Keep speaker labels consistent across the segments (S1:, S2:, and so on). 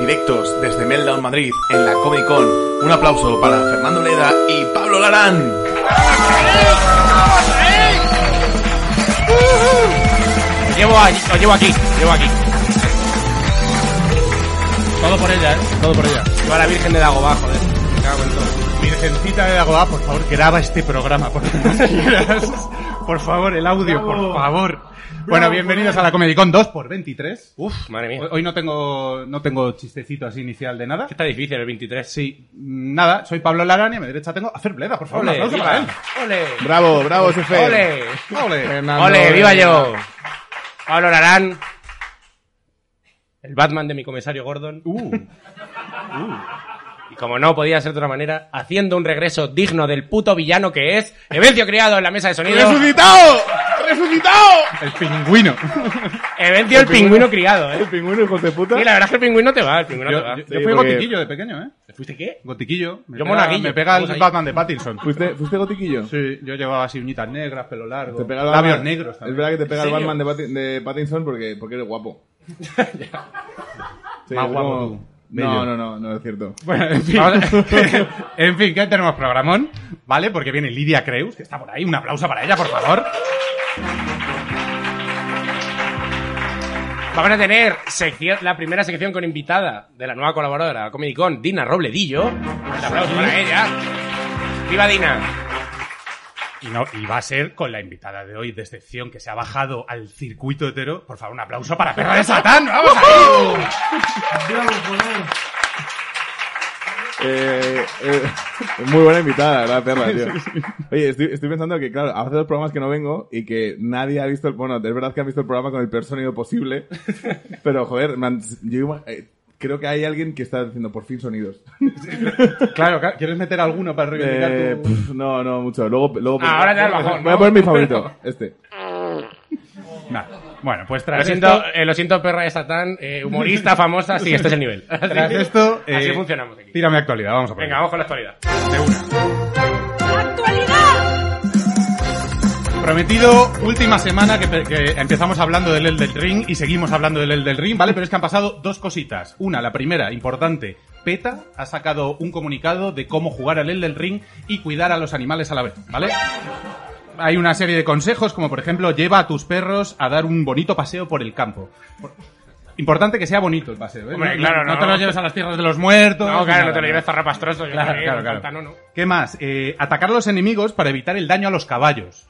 S1: Directos desde Meltdown Madrid en la Comic Con. Un aplauso para Fernando Leda y Pablo Larán.
S2: Os llevo, allí, os llevo aquí, os llevo aquí. Todo por ella, ¿eh? Todo por ella. Yo a la Virgen de Dagobah, joder. Me cago en todo.
S3: Virgencita de Dagobah, por favor, graba este programa, por favor. Por favor, el audio, por favor. Bueno, bienvenidos a la Comedicón 2x23.
S2: Uf, madre mía.
S3: Hoy no tengo, no tengo chistecito así inicial de nada.
S2: Está difícil el 23.
S3: Sí, nada, soy Pablo Larán y a mi derecha tengo a Fer Bleda, por favor, un aplauso
S2: viva.
S3: para él.
S2: ¡Ole!
S1: Bravo, bravo, su Fer.
S2: ¡Ole!
S3: Ole.
S2: ¡Ole, viva yo! Pablo Larán. El Batman de mi comisario Gordon.
S3: Uh,
S2: Y como no podía ser de otra manera, haciendo un regreso digno del puto villano que es, Evencio Criado en la mesa de sonido.
S1: ¡Resucitado! ¡Resucitado!
S3: el pingüino.
S2: Evencio el pingüino criado, eh.
S1: El pingüino, hijos de puta.
S2: Sí, la verdad es que el pingüino te va, el pingüino te
S3: Yo,
S2: va.
S3: yo- yo
S1: Sí,
S3: fui
S1: porque-
S3: gotiquillo de pequeño, ¿eh?
S2: ¿Fuiste qué?
S3: Gotiquillo. Me
S2: Yo
S3: pega-
S2: monaguillo.
S3: Me pega
S2: Vamos
S3: el
S2: ahí.
S3: Batman de Pattinson.
S1: ¿Fuiste, fuiste gotiquillo?
S3: Sí, yo llevaba así uñitas negras, pelo largo,
S1: Te pega el
S3: labios
S1: Batman.
S3: negros
S1: Es
S3: también.
S1: verdad que te pega el
S2: ¿En serio?
S1: Batman de, Pati- de Pattinson porque, porque eres guapo. Sí,
S3: Más
S1: es
S3: guapo
S1: como-
S3: tú.
S1: No,
S3: Bello.
S1: no, no, no es cierto.
S3: Bueno, en fin. en fin, que hoy tenemos programón, ¿vale? Porque viene Lidia Creus, que está por ahí. Un aplauso para ella, por favor.
S2: Vamos a tener sección- la primera sección con invitada de la nueva colaboradora Comedy Con, Dina Robledillo. Un aplauso para ella. ¡Viva Dina!
S3: Y, no, y va a ser con la invitada de hoy de excepción que se ha bajado al circuito hetero. Por favor, un aplauso para Perra de Satán. ¡Vamos ahí!
S1: Eh, eh, muy buena invitada, la perra, tío. Oye, estoy, estoy pensando que, claro, hace dos programas que no vengo y que nadie ha visto el... Bueno, es verdad que han visto el programa con el peor sonido posible, pero, joder, man, yo ima- eh, creo que hay alguien que está diciendo, por fin, sonidos.
S3: Claro, claro, ¿quieres meter alguno para reivindicar
S1: Eh,
S3: tu-
S1: pf, no, no, mucho. Luego, luego
S2: Ah,
S1: pues,
S2: Ahora te das bajón,
S1: Voy a
S2: ¿no?
S1: poner mi favorito, este.
S3: Nah. Bueno, pues
S2: Lo
S3: tras
S2: siento,
S3: esto...
S2: eh, lo siento, perra de Satán, eh, humorista, famosa, sí, este es el nivel.
S3: Tras esto... eh,
S2: Así funcionamos aquí.
S3: Tírame actualidad, vamos a por
S2: Venga,
S3: ello.
S2: vamos con la actualidad.
S4: ¡Actualidad!
S3: Prometido, última semana que, que empezamos hablando del Elden Ring y seguimos hablando del Elden Ring, ¿vale? Pero es que han pasado dos cositas. Una, la primera, importante. PETA ha sacado un comunicado de cómo jugar al Elden Ring y cuidar a los animales a la vez, ¿vale? Hay una serie de consejos, como por ejemplo, lleva a tus perros a dar un bonito paseo por el campo. Importante que sea bonito el paseo, ¿eh?
S2: Hombre, claro,
S3: no,
S2: no.
S3: te lo lleves a las tierras de los muertos.
S2: No,
S3: ni
S2: claro, no
S3: nada,
S2: te lo lleves zarrapastroso. yo
S3: Claro,
S2: creo,
S3: claro,
S2: el
S3: claro.
S2: pantano, no.
S3: ¿Qué más? Eh, atacar a los enemigos para evitar el daño a los caballos.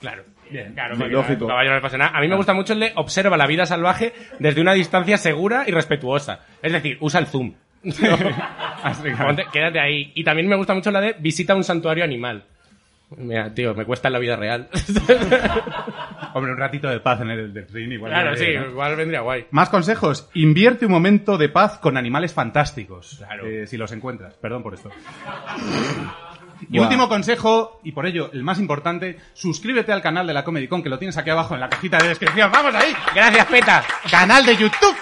S2: Claro. claro,
S1: Sí,
S2: porque
S1: lógico.
S2: al caballo no le pasa nada. A mí me gusta mucho el de observa la vida salvaje desde una distancia segura y respetuosa. Es decir, usa el zoom.
S3: Así que-
S2: Ponte- quédate ahí. Y también me gusta mucho la de visita un santuario animal. Mira, tío, me cuesta en la vida real.
S3: Pues Hombre, un ratito de paz en el del Ring igual.
S2: claro, sí,
S3: vendría bien, ¿no?
S2: igual vendría guay.
S3: Más consejos. Invierte un momento de paz con animales fantásticos.
S2: Claro.
S3: eh, si los encuentras. Perdón por esto. Y
S1: Buah.
S3: último consejo, y por ello el más importante, suscríbete al canal de la Comedy Con, que lo tienes aquí abajo en la cajita de descripción. ¡Vamos ahí!
S2: Gracias, Peta.
S3: ¡Canal de YouTube!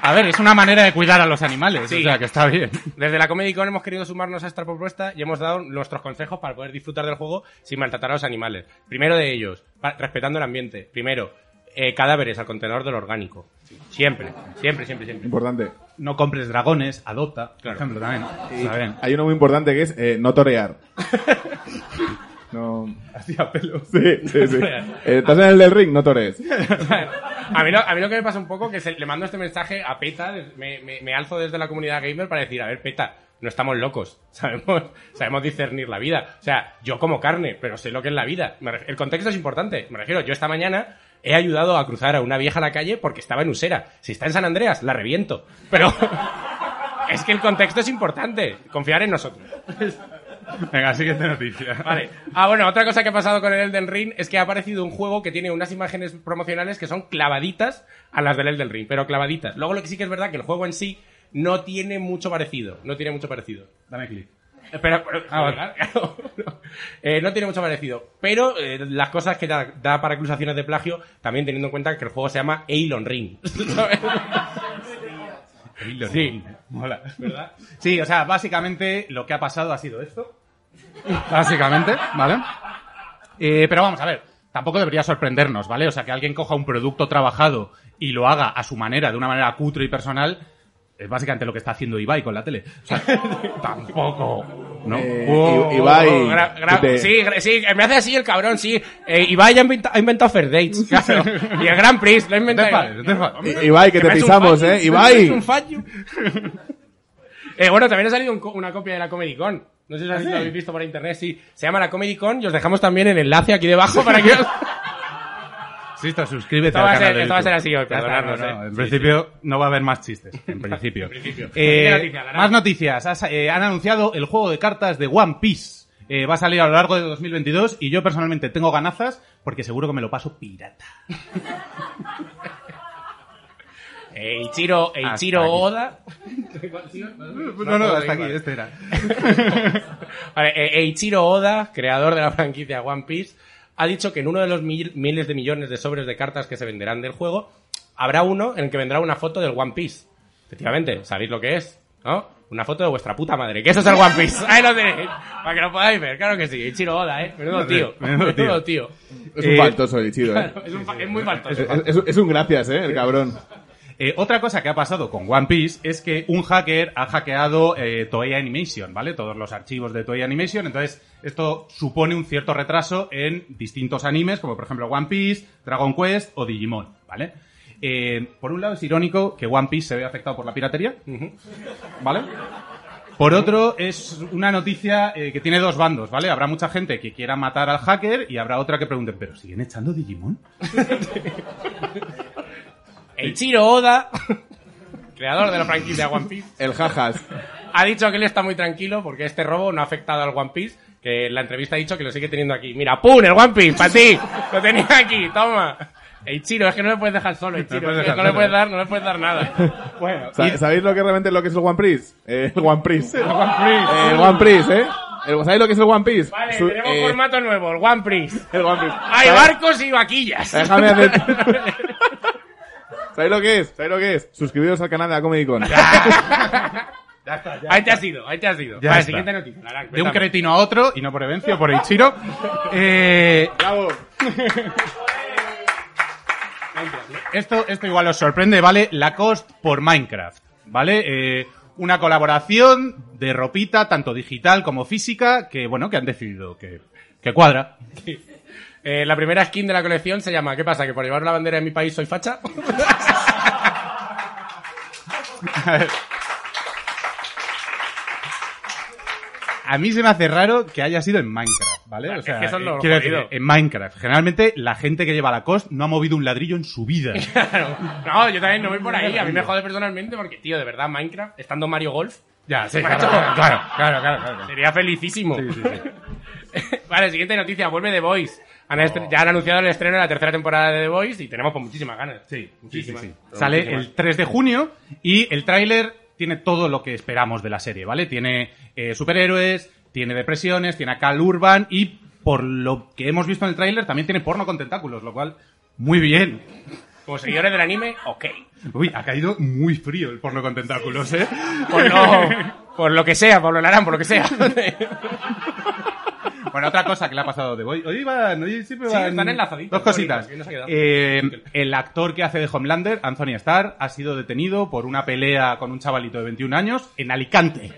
S3: A ver, es una manera de cuidar a los animales,
S2: Sí.
S3: o sea que está bien.
S2: Desde la Comedy Con hemos querido sumarnos a esta propuesta y hemos dado nuestros consejos para poder disfrutar del juego sin maltratar a los animales. Primero de ellos, pa- respetando el ambiente. Primero, eh, cadáveres al contenedor del orgánico. Siempre, siempre, siempre, siempre.
S1: Importante.
S3: No compres dragones, adopta, por
S2: Claro.
S3: ejemplo, también.
S1: Y
S3: Está bien.
S1: Hay uno muy importante que es eh, no torear. No...
S3: Hacía pelo.
S1: Sí, sí, sí.
S2: torear.
S1: Eh, Estás en el del ring, no torees.
S2: A mí, lo, a mí lo que me pasa un poco que se- le mando este mensaje a Peta, me, me- me alzo desde la comunidad gamer para decir, a ver, Peta, no estamos locos, sabemos, sabemos discernir la vida. O sea, yo como carne, pero sé lo que es la vida. Me ref- el contexto es importante, me refiero, yo esta mañana he ayudado a cruzar a una vieja a la calle porque estaba en Usera. Si está en San Andreas, la reviento. Pero es que el contexto es importante, confiar en nosotros.
S3: Venga, siguiente noticia.
S2: Vale. Ah, bueno, otra cosa que ha pasado con el Elden Ring es que ha aparecido un juego que tiene unas imágenes promocionales que son clavaditas a las del Elden Ring, pero clavaditas. Luego lo que sí que es verdad que el juego en sí no tiene mucho parecido. No tiene mucho parecido.
S3: Dame clic.
S2: Pero, pero- Eh, no tiene mucho parecido. Pero eh, las cosas que da, da para acusaciones de plagio, también teniendo en cuenta que el juego se llama Elon Ring. ¿sabes?
S3: Sí, mola, ¿verdad? Sí, o sea, básicamente lo que ha pasado ha sido esto. Básicamente, ¿vale? Eh, pero vamos a ver, tampoco debería sorprendernos, ¿vale? O sea, que alguien coja un producto trabajado y lo haga a su manera, de una manera cutre y personal, es básicamente lo que está haciendo Ibai con la tele. O sea, tampoco, ¿no?
S1: Eh,
S3: Wow.
S1: I- Ibai.
S2: Gra- gra-
S1: te-
S2: Sí, gra- sí, me hace así el cabrón, sí. Eh, Ibai ha, inventa- ha inventado Fair Dates, claro. y el Grand Prix lo ha inventado.
S3: Te enfades, te enfades.
S2: Hombre,
S1: I- Ibai, que te
S2: Eh, me has hecho
S1: pisamos,
S2: un fallo,
S1: ¿eh?
S2: me has
S1: Ibai.
S2: hecho un fallo. Eh, bueno, también ha salido un co- una copia de la Comedy Con. No
S3: ¿Ah,
S2: sé si lo habéis visto por internet, sí. Se llama la Comedy Con y os dejamos también el enlace aquí debajo para que os...
S3: Sí, esto, suscríbete
S2: Esto
S3: al
S2: va a
S3: canal
S2: ser-
S3: de
S2: esto va a
S3: YouTube.
S2: ser así hoy,
S3: Ya está,
S2: perdonadnos,
S3: no, no,
S2: eh.
S3: En
S2: Sí,
S3: principio no va a haber más chistes, en principio.
S2: principio.
S3: Eh,
S2: Siguiente noticia, Lara.
S3: más noticias. Has- eh, han anunciado el juego de cartas de One Piece. Eh, va a salir a lo largo de 2022 y yo personalmente tengo ganazas porque seguro que me lo paso pirata.
S2: Eh, Ichiro, eh,
S3: Hasta
S2: Ichiro
S3: aquí.
S2: Oda.
S3: No, no, hasta aquí, este era.
S2: Vale, eh, Eiichiro Oda, creador de la franquicia One Piece, ha dicho que en uno de los mil- miles de millones de sobres de cartas que se venderán del juego, habrá uno en el que vendrá una foto del One Piece. Efectivamente, sabéis lo que es, ¿no? Una foto de vuestra puta madre, que eso es el One Piece. Ahí lo tenéis, para que lo podáis ver, claro que sí. Eiichiro Oda, ¿eh? Menudo tío.
S3: menudo tío.
S2: Menudo tío.
S1: Es un
S3: Eh,
S1: faltoso el chido, ¿eh?
S2: Es, un fa- es muy faltoso.
S1: Es, es- es un gracias, ¿eh? El cabrón.
S3: Eh, otra cosa que ha pasado con One Piece es que un hacker ha hackeado eh, Toei Animation, ¿vale? Todos los archivos de Toei Animation. Entonces, esto supone un cierto retraso en distintos animes, como por ejemplo One Piece, Dragon Quest o Digimon, ¿vale? Eh, por un lado es irónico que One Piece se vea afectado por la piratería, ¿vale? Por otro, es una noticia eh, que tiene dos bandos, ¿vale? Habrá mucha gente que quiera matar al hacker y habrá otra que pregunte, ¿pero siguen echando Digimon?
S2: Eiichiro Oda, creador de la franquicia One Piece.
S1: El jajas.
S2: ha dicho que él está muy tranquilo porque este robo no ha afectado al One Piece. Que en la entrevista ha dicho que lo sigue teniendo aquí. Mira, ¡pum! El One Piece, para ti. Lo tenía aquí, toma. Ey, Chiro, es que no le puedes dejar solo, Eiichiro.
S3: puedes
S2: es que
S3: dejar
S2: No le
S3: solo,
S2: puedes
S3: eh.
S2: dar, no le puedes dar nada.
S3: Bueno,
S1: Sa- ¿Sabéis lo que realmente lo que es el One Piece? Eh, el One Piece. El One
S3: Piece.
S1: ¿eh? El- ¿Sabéis lo que es el One Piece?
S2: Vale,
S1: Su-
S2: tenemos
S1: eh,
S2: formato nuevo, el One Piece.
S1: el One Piece.
S2: Hay
S1: ¿Sabéis-
S2: barcos y vaquillas.
S1: Déjame hacer. ¿Sabéis lo que es? ¿Sabéis lo que es? Suscribiros al canal de la Comedy Con.
S2: ahí te has ido, ahí te has ido.
S3: Ya
S2: vale,
S3: está.
S2: siguiente noticia. Lara,
S3: de un
S2: cuéntame.
S3: cretino a otro, y no por Evencio, por Ichiro. Eh,
S1: Bravo.
S3: esto, esto igual os sorprende, ¿vale? Lacoste por Minecraft, ¿vale? Eh, una colaboración de ropita, tanto digital como física, que bueno, que han decidido que, que cuadra.
S2: Eh, la primera skin de la colección se llama ¿Qué pasa? ¿Que por llevar la bandera de mi país soy facha?
S3: A mí se me hace raro que haya sido en Minecraft, ¿vale?
S2: Ah,
S3: eh,
S2: Es que eso es lo
S3: quiero
S2: jodido.
S3: decir, en Minecraft. Generalmente la gente que lleva Lacoste no ha movido un ladrillo en su vida.
S2: Claro. No, yo también no voy por ahí. A mí me jode personalmente porque, tío, de verdad, Minecraft, estando Mario Golf,
S3: ya, sí,
S2: claro,
S3: claro, claro, claro, claro.
S2: sería felicísimo. vale, siguiente noticia. Vuelve The Voice. Han estre-
S3: Oh.
S2: Ya han anunciado el estreno de la tercera temporada de The Voice y tenemos con muchísimas ganas.
S3: Sí,
S2: muchísimas. Pero
S3: Sale
S2: muchísimas.
S3: el 3 de junio y el tráiler tiene todo lo que esperamos de la serie, ¿vale? Tiene eh, superhéroes, tiene depresiones, tiene a Cal Urban y por lo que hemos visto en el tráiler también tiene porno con tentáculos, lo cual muy bien.
S2: Como seguidores del anime, ok.
S3: Uy, ha caído muy frío el porno con tentáculos, ¿eh?
S2: Por lo, por lo que sea, Pablo Larán, por lo que sea.
S3: Bueno, otra cosa que le ha pasado de hoy. Hoy van, hoy siempre
S2: Sí,
S3: van.
S2: están enlazaditos,
S3: Dos cositas.
S2: qué bonito, que nos ha quedado.
S3: Eh, el actor que hace de Homelander, Anthony Starr, ha sido detenido por una pelea con un chavalito de 21 años en Alicante.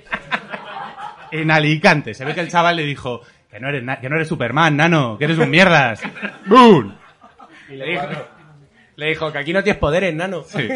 S3: en Alicante. Se ve que el chaval le dijo que no eres, na- que no eres Superman, nano, que eres un mierdas. ¡Boom!
S2: Y le dijo, le dijo que aquí no tienes poderes, nano.
S3: Sí.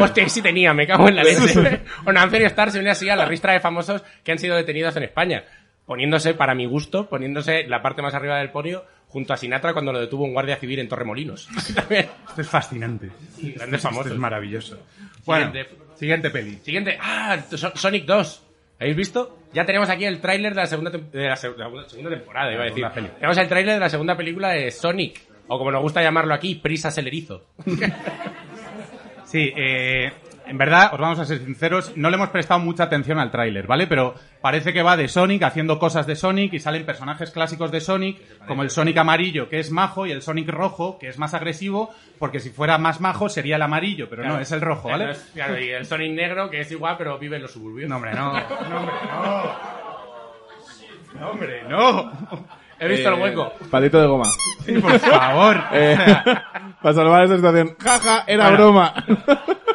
S2: Hostia, sí tenía, me cago en la leche. bueno, Anthony Starr se une así a la ristra de famosos que han sido detenidos en España, poniéndose, para mi gusto, poniéndose la parte más arriba del podio junto a Sinatra cuando lo detuvo un guardia civil en Torremolinos. También.
S3: Esto es fascinante.
S2: Grandes
S3: Esto
S2: famosos.
S3: es maravilloso. Bueno,
S2: Siguiente.
S3: siguiente peli.
S2: Siguiente. Ah, So- Sonic 2. ¿Habéis visto? Ya tenemos aquí el tráiler de la segunda, tem- de la seg- de la segunda temporada, iba a decir. Tenemos el tráiler de la segunda película de Sonic. O como nos gusta llamarlo aquí, Prisa Celerizo.
S3: Sí, eh, en verdad, os vamos a ser sinceros, no le hemos prestado mucha atención al tráiler, ¿vale? Pero parece que va de Sonic haciendo cosas de Sonic y salen personajes clásicos de Sonic, como el Sonic amarillo, que es majo, y el Sonic rojo, que es más agresivo, porque si fuera más majo sería el amarillo, pero no,
S2: Claro.
S3: es el rojo, ¿vale?
S2: Claro, es- claro, y el Sonic negro, que es igual, pero vive en los suburbios.
S3: No, hombre, no. No, hombre, no. No, hombre, no. Eh,
S2: He visto el hueco.
S1: Eh, Palito de goma.
S3: Sí, por favor.
S1: Eh, para salvar esta situación. Jaja, era
S3: Bueno.
S1: broma.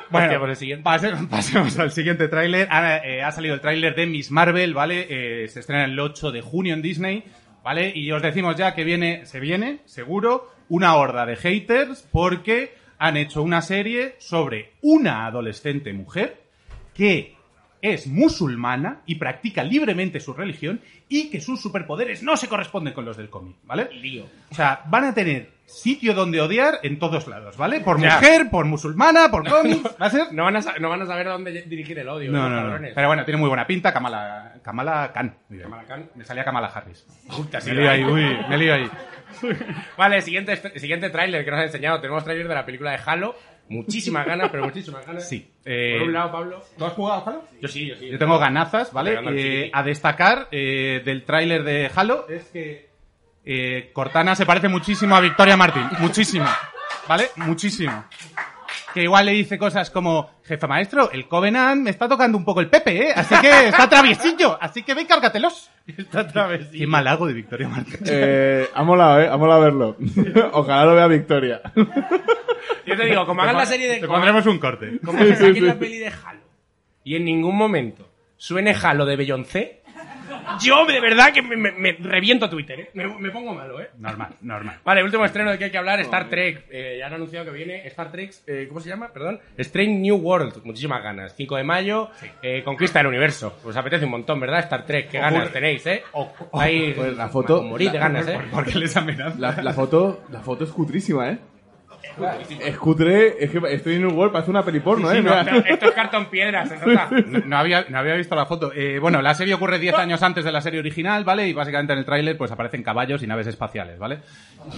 S2: Hostia, pues el siguiente.
S3: pase- Pasemos, al siguiente tráiler. Ha, eh, ha salido el tráiler de Miss Marvel, ¿vale? Eh, se estrena el 8 de junio en Disney, ¿vale? Y os decimos ya que viene, se viene, seguro, una horda de haters porque han hecho una serie sobre una adolescente mujer que es musulmana y practica libremente su religión y que sus superpoderes no se corresponden con los del cómic, ¿vale?
S2: Lío.
S3: O sea, van a tener sitio donde odiar en todos lados, ¿vale? Por
S2: Ya.
S3: mujer, por musulmana, por cómics, va a ser...
S2: No van a, sa- no van a saber dónde dirigir el odio.
S3: No,
S2: los
S3: no, no.
S2: cabrones.
S3: Pero bueno, tiene muy buena pinta Kamala, Kamala Khan. Muy bien.
S2: Kamala Khan.
S3: Me salía Kamala Harris.
S2: Puta, sí,
S3: Me lío ahí, uy, me lío ahí.
S2: Vale, siguiente, est- siguiente tráiler que nos han enseñado. Tenemos tráiler de la película de Halo. Muchísimas ganas, pero muchísimas ganas.
S3: Sí. eh,
S2: Por un lado, Pablo.
S3: ¿Tú has jugado a Halo?
S2: Yo sí, yo sí.
S3: Yo tengo ganazas, ¿vale?
S2: Pegando al
S3: Eh,
S2: chiqui.
S3: a destacar eh, del tráiler de Halo es que eh, Cortana se parece muchísimo a Victoria Martín. Muchísimo. ¿Vale? Muchísimo. Que igual le dice cosas como, jefe maestro, el Covenant me está tocando un poco el Pepe, ¿eh? Así que está traviesillo, así que ve y cárgatelos. Está traviesillo. Qué mal hago de Victoria Martín.
S1: Eh, ha molado, eh. Ha molado verlo. Ojalá lo vea Victoria.
S2: Yo te digo, como hagan la serie de...
S3: Te pondremos un corte.
S2: Como que
S1: Sí, sí,
S2: saquen
S1: sí.
S2: la peli de Halo y en ningún momento suene Halo de Beyoncé, yo de verdad que me, me- me reviento Twitter, ¿eh? me, me pongo malo, ¿eh?
S3: Normal, normal.
S2: Vale, último estreno del que hay que hablar, Star Trek. Eh, ya han anunciado que viene Star Trek, eh, ¿cómo se llama? Perdón. Strange New World, muchísimas ganas. 5 de mayo, eh, conquista del universo. Os apetece un montón, ¿verdad? Star Trek, qué ganas
S3: Ocurre.
S2: tenéis, ¿eh? Ahí,
S1: Pues la foto-
S2: Morir de
S1: la-
S2: ganas, ¿eh?
S3: Porque les amenazan.
S1: La, la foto, la foto es cutrísima, eh. Es cutre, es que estoy en un World, parece una peli porno, eh.
S2: Sí, no,
S1: Mira.
S2: no, esto es cartón piedra, se nota.
S3: No, no había, no había visto la foto. Eh, bueno, la serie ocurre 10 años antes de la serie original, ¿vale? Y básicamente en el tráiler pues aparecen caballos y naves espaciales, ¿vale?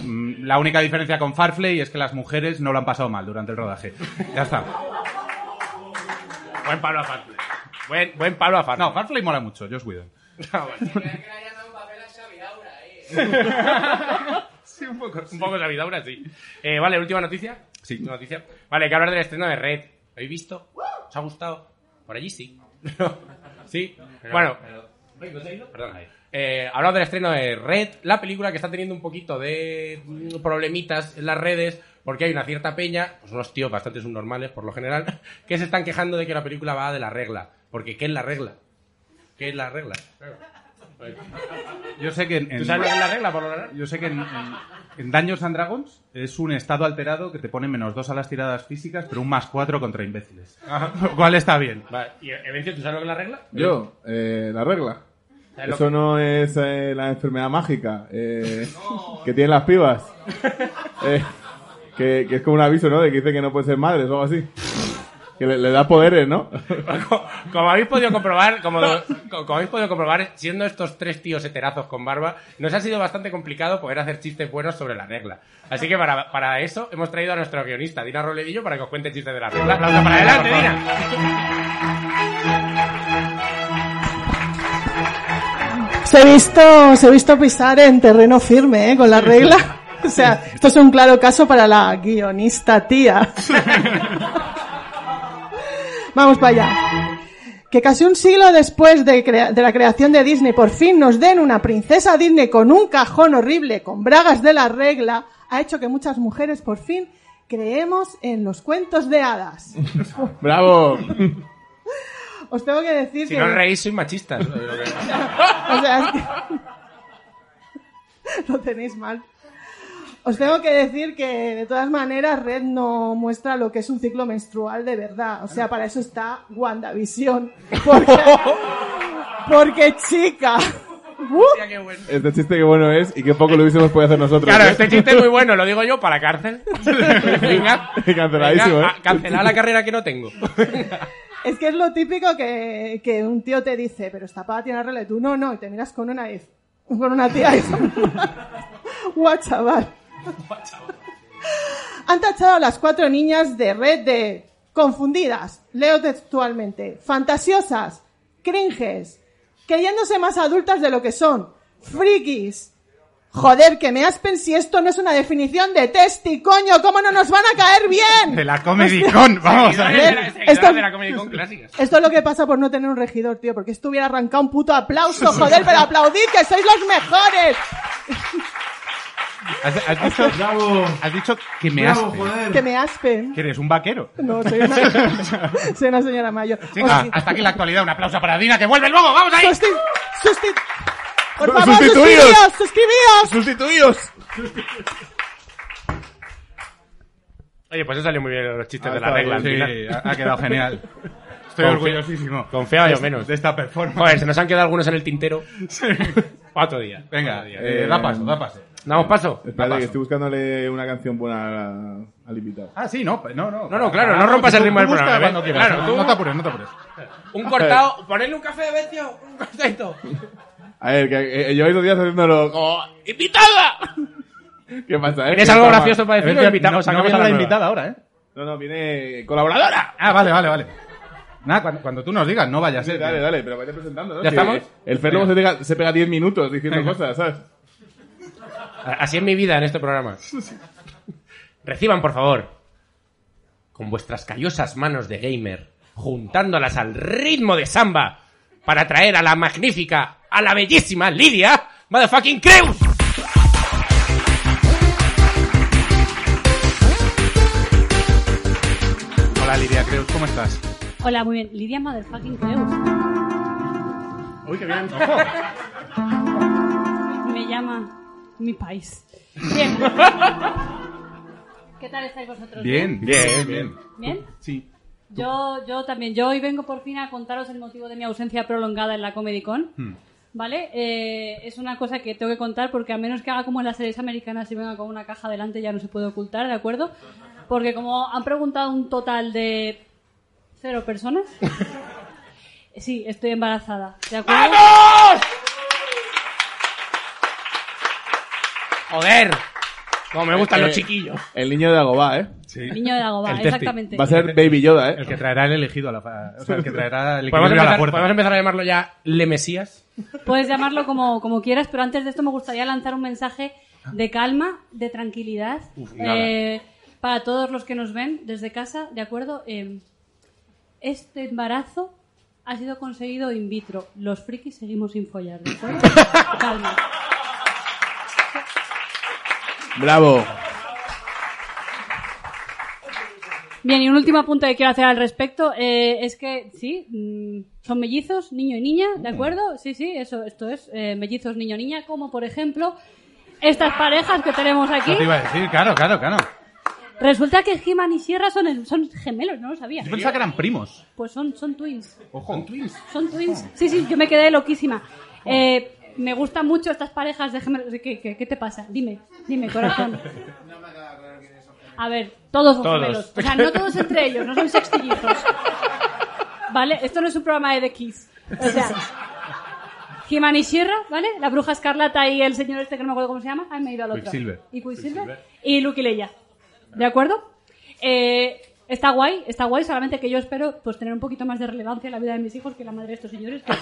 S3: Mm, La única diferencia con Farfley es que las mujeres no lo han pasado mal durante el rodaje. Ya está.
S2: Buen Pablo Afarte. Buen, buen Pablo Afarte.
S3: No, Farfley mola mucho, yo os cuido.
S2: Ah, bueno.
S3: Sí, un poco.
S2: Un poco de Avidaura, sí. Eh, vale, última noticia.
S3: Sí.
S2: Última noticia. Vale, hay que hablar del estreno de Red. ¿Lo habéis visto? ¿Os ha gustado? Por allí sí. sí. bueno. Ay, ¿no se ha ido? Perdón. Eh, hablamos del estreno de Red, la película que está teniendo un poquito de mm, problemitas en las redes porque hay una cierta peña, pues unos tíos bastante subnormales por lo general, que se están quejando de que la película va de la regla. Porque ¿qué es la regla? ¿Qué es la regla?
S3: Yo sé que en, en-
S2: ¿Tú sabes lo que es la regla por lo general?
S3: yo sé que en, en- en Dungeons and Dragons es un estado alterado que te pone menos 2 a las tiradas físicas, pero un más 4 contra imbéciles. Lo cual está bien.
S2: Vale. ¿Y Evencio, tú sabes lo que es la regla?
S1: Yo, eh, la regla.
S2: ¿Sabes lo
S1: Eso no es eh, la enfermedad mágica eh, que tienen las pibas. Eh, que, que es como un aviso, ¿no? De que dice que no pueden ser madres o algo así. Que le, le da poderes, ¿no?
S2: Co- como habéis podido comprobar, como, co- como habéis podido comprobar, siendo estos tres tíos heterazos con barba, nos ha sido bastante complicado poder hacer chistes buenos sobre la regla. Así que para, para eso hemos traído a nuestro guionista, Dina Roledillo, para que os cuente chistes de la regla.
S3: aplauso para
S2: para
S3: ella,
S2: adelante,
S3: por favor.
S2: Dina.
S4: Os he visto, os he visto pisar en terreno firme, ¿eh? Con la regla. O sea, esto es un claro caso para la guionista tía. Vamos para allá. Que casi un siglo después de, crea- de la creación de Disney por fin nos den una princesa Disney con un cajón horrible, con bragas de la regla, ha hecho que muchas mujeres por fin creemos en los cuentos de hadas.
S1: ¡Bravo!
S4: Os tengo que decir
S2: Si
S4: que...
S2: no os reís, sois machistas.
S4: O sea, es que- lo tenéis mal. Os tengo que decir que de todas maneras Red no muestra lo que es un ciclo menstrual de verdad. O sea, para eso está WandaVision. Porque, porque chica. ¡uh!
S2: Hostia, qué bueno.
S1: Este chiste que bueno es y qué poco lo hubiésemos podido hacer nosotros.
S2: Claro,
S1: ¿eh?
S2: este chiste es muy bueno, lo digo yo, para cárcel. Venga,
S1: Canceladísimo,
S2: venga,
S1: ¿eh?
S2: a- cancelad la carrera que no tengo.
S4: Es que es lo típico que, que un tío te dice, pero esta pava tiene regla y tú no, no, y te miras con una, y- con una tía y Guau, chaval. Han tachado a las cuatro niñas de red de confundidas, leo textualmente, fantasiosas, cringes, creyéndose más adultas de lo que son, frikis. Joder, que me aspen si esto no es una definición de testi, coño, ¿cómo no nos van a caer bien?
S3: De la Comedy Con, vamos a ver.
S4: ver, esto-
S2: de la Comedy Con clásica.
S4: Esto es lo que pasa por no tener un regidor, tío, porque esto hubiera arrancado un puto aplauso, joder, pero aplaudid que sois los mejores,
S3: Has, has dicho,
S5: Bravo.
S3: has dicho que me
S5: Bravo,
S3: aspe.
S5: joder.
S4: que me aspen.
S3: Que eres un vaquero.
S4: No, soy una, soy una señora mayor.
S3: Venga,
S4: Hosti-
S3: Ah, hasta aquí la actualidad. Un aplauso para Dina, que vuelve luego. ¡Vamos ahí!
S4: susti- susti- por favor,
S1: Sustituíos.
S4: suscribíos, suscribíos.
S1: ¡Sustituidos!
S2: Oye, pues eso salió muy bien los chistes de la
S1: Ah, está
S2: regla.
S3: Sí,
S2: al final.
S3: ha ha quedado genial. Estoy
S2: Confía-
S3: orgullosísimo.
S2: Confiaba yo
S3: de- este-
S2: menos.
S3: De esta performance.
S2: Joder, se nos han quedado algunos en el tintero. Cuatro días.
S3: Venga,
S2: Cuatro días.
S3: eh, da paso, da paso.
S2: ¿Damos paso?
S1: Espérate, que estoy buscándole una canción buena a- al invitado.
S3: Ah, sí, no, no, no. Ah,
S2: No, no, claro, no rompas el ritmo del
S3: Busca
S2: programa,
S3: cuando
S2: ¿eh?
S3: quieras.
S2: Claro, tú-
S3: No te apures, no te apures.
S2: Un cortado. Ponedle un café, Betio. Un cortadito.
S1: A ver, que eh, lleváis dos días haciéndolo como...
S2: ¡Invitada!
S1: ¿Qué pasa, eh?
S2: ¿Tienes
S1: Que
S2: algo
S1: está mal.
S2: gracioso para decir? o
S3: Espera,
S2: invitamos,
S3: no, no
S2: sacamos
S3: viene
S2: a
S3: la
S2: nueva?
S3: invitada ahora, ¿eh?
S1: No, no, viene colaboradora.
S3: Ah, vale, vale, vale. Nada, cuando, cuando tú nos digas, no vayas a
S1: Sí,
S3: ser.
S1: dale, dale, pero vaya presentando, ¿no?
S2: ¿Ya
S1: Que
S2: estamos?
S1: El Fer luego se pega- se pega 10 minutos diciendo
S3: Venga.
S1: cosas, ¿sabes?
S2: Así es mi vida en este programa. Reciban, por favor, con vuestras callosas manos de gamer, juntándolas al ritmo de samba, para traer a la magnífica, a la bellísima Lidia, motherfucking Creus.
S3: Hola, Lidia Creus, ¿cómo estás?
S6: Hola, muy bien. Lidia Motherfucking Creus.
S3: Uy, qué bien.
S6: Me llama mi país. Bien. ¿Qué tal estáis vosotros?
S3: Bien, bien, bien.
S6: ¿Bien?
S3: Sí.
S6: Yo, yo también. Yo hoy vengo por fin a contaros el motivo de mi ausencia prolongada en la Comedy Con. ¿Vale? Eh, es una cosa que tengo que contar porque a menos que haga como en las series americanas y venga con una caja delante ya no se puede ocultar, ¿de acuerdo? Porque como han preguntado un total de cero personas, sí, estoy embarazada, ¿de acuerdo?
S2: Joder, como me gustan
S1: Eh,
S2: los chiquillos.
S1: El niño de Agobá, ¿eh?
S6: Niño de Dagobah,
S2: El testi.
S6: exactamente.
S1: Va a ser Baby Yoda, ¿eh?
S3: El que traerá el elegido a la. fa- O sea, el que traerá el
S2: ¿Podemos
S3: equilibrio a la
S2: empezar,
S3: fuerza.
S2: podemos empezar a llamarlo ya Le Mesías?
S6: Puedes llamarlo como, como quieras, pero antes de esto me gustaría lanzar un mensaje de calma, de tranquilidad,
S2: nada.
S6: eh, para todos los que nos ven desde casa, ¿de acuerdo? Eh, este embarazo ha sido conseguido in vitro. Los frikis seguimos sin follar, ¿de acuerdo? calma.
S1: Bravo.
S6: Bien, y un último apunte que quiero hacer al respecto eh, es que, sí, mm, son mellizos, niño y niña, ¿de acuerdo? Sí, sí, eso, esto es, eh, mellizos, niño y niña, como por ejemplo estas parejas que tenemos aquí.
S3: Eso te iba a decir, claro, claro, claro.
S6: Resulta que He-Man y Sierra son, el- son gemelos, no lo sabía.
S3: Yo pensaba que eran primos.
S6: Pues son, son twins.
S3: Ojo. twins.
S6: Son twins. Sí, sí, yo me quedé loquísima. Eh, me gustan mucho estas parejas de gemelos. ¿Qué, qué, qué te pasa? Dime, dime, corazón. A ver, todos son
S2: Todos.
S6: gemelos. O sea, no todos entre ellos, no son sextillizos. ¿Vale? Esto no es un programa de The Kiss. O sea, He-Man y Sierra, ¿vale? La bruja escarlata y el señor este que no me acuerdo cómo se llama. Ay, me he ido al otro.
S3: Quicksilver.
S6: Y Quicksilver. Y Luke y Leia. ¿De acuerdo? Eh, está guay, está guay, solamente que yo espero pues tener un poquito más de relevancia en la vida de mis hijos que la madre de estos señores. que-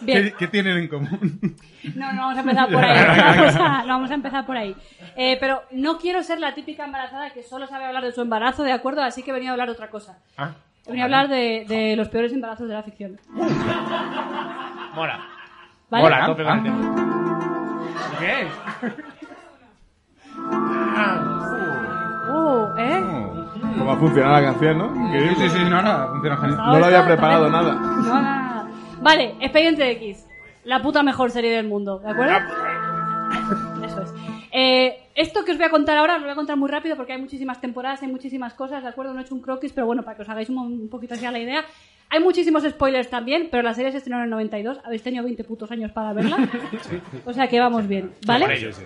S6: Bien.
S3: ¿Qué, qué tienen en común?
S6: No, no vamos a empezar por ahí. No vamos a, no vamos a empezar por ahí. Eh, pero no quiero ser la típica embarazada que solo sabe hablar de su embarazo, ¿de acuerdo? Así que he venido a hablar de otra cosa.
S2: Ah.
S6: He venido a hablar de, de los peores embarazos de la ficción.
S2: Mola.
S6: ¿Vale?
S2: Mola, a tope con
S3: Ah,
S2: el tema. ¿Qué?
S6: Uh, ¿eh?
S3: Oh.
S1: Cómo ha funcionado la canción, ¿no?
S3: Sí,
S1: Increíble.
S3: sí, sí, no, no, funciona genial.
S1: No lo había
S6: Está-
S1: preparado nada.
S6: No, nada. Vale, Expediente X. La puta mejor serie del mundo, ¿de acuerdo?
S1: Ah, pues
S6: Eso es. Eh, esto que os voy a contar ahora, os lo voy a contar muy rápido porque hay muchísimas temporadas, hay muchísimas cosas, ¿de acuerdo? No he hecho un croquis, pero bueno, para que os hagáis un, un poquito así a la idea. Hay muchísimos spoilers también, pero la serie se estrenó en el 92. Habéis tenido 20 putos años para verla. O sea que vamos bien, ¿vale?
S2: Por ello, sí.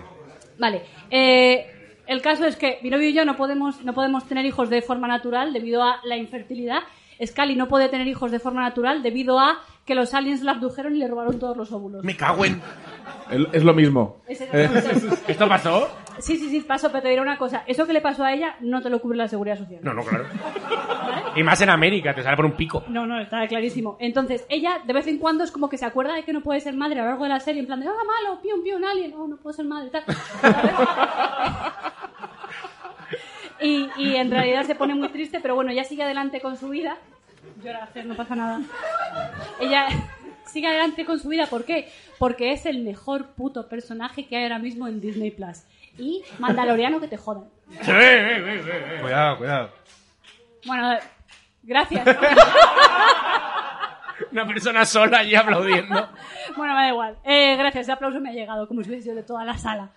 S6: Vale. eh, El caso es que mi novio y yo no podemos, no podemos tener hijos de forma natural debido a la infertilidad. Scully no puede tener hijos de forma natural debido a que los aliens la abdujeron y le robaron todos los óvulos.
S3: Me cago en.
S1: Es es lo mismo.
S6: Ese es-
S2: ¿Esto pasó?
S6: Sí, sí, sí, paso, pero te diré una cosa. Eso que le pasó a ella no te lo cubre la seguridad social.
S2: No, no, claro. Y más en América, te sale por un pico.
S6: No, no, está clarísimo. Entonces, ella de vez en cuando es como que se acuerda de que no puede ser madre a lo largo de la serie, en plan de, ah, malo, pion, pion, alien, oh, no puedo ser madre, tal. ¿Sabes? y, y en realidad se pone muy triste, pero bueno, ella sigue adelante con su vida. Llora, hacer, no pasa nada. Ella sigue adelante con su vida, ¿por qué? Porque es el mejor puto personaje que hay ahora mismo en Disney Plus. Y Mandaloriano que te jodan.
S3: Cuidado, cuidado.
S6: Bueno, gracias.
S2: Una persona sola allí aplaudiendo.
S6: Bueno, me da igual. Eh, gracias, ese aplauso me ha llegado, como si hubiese sido de toda la sala.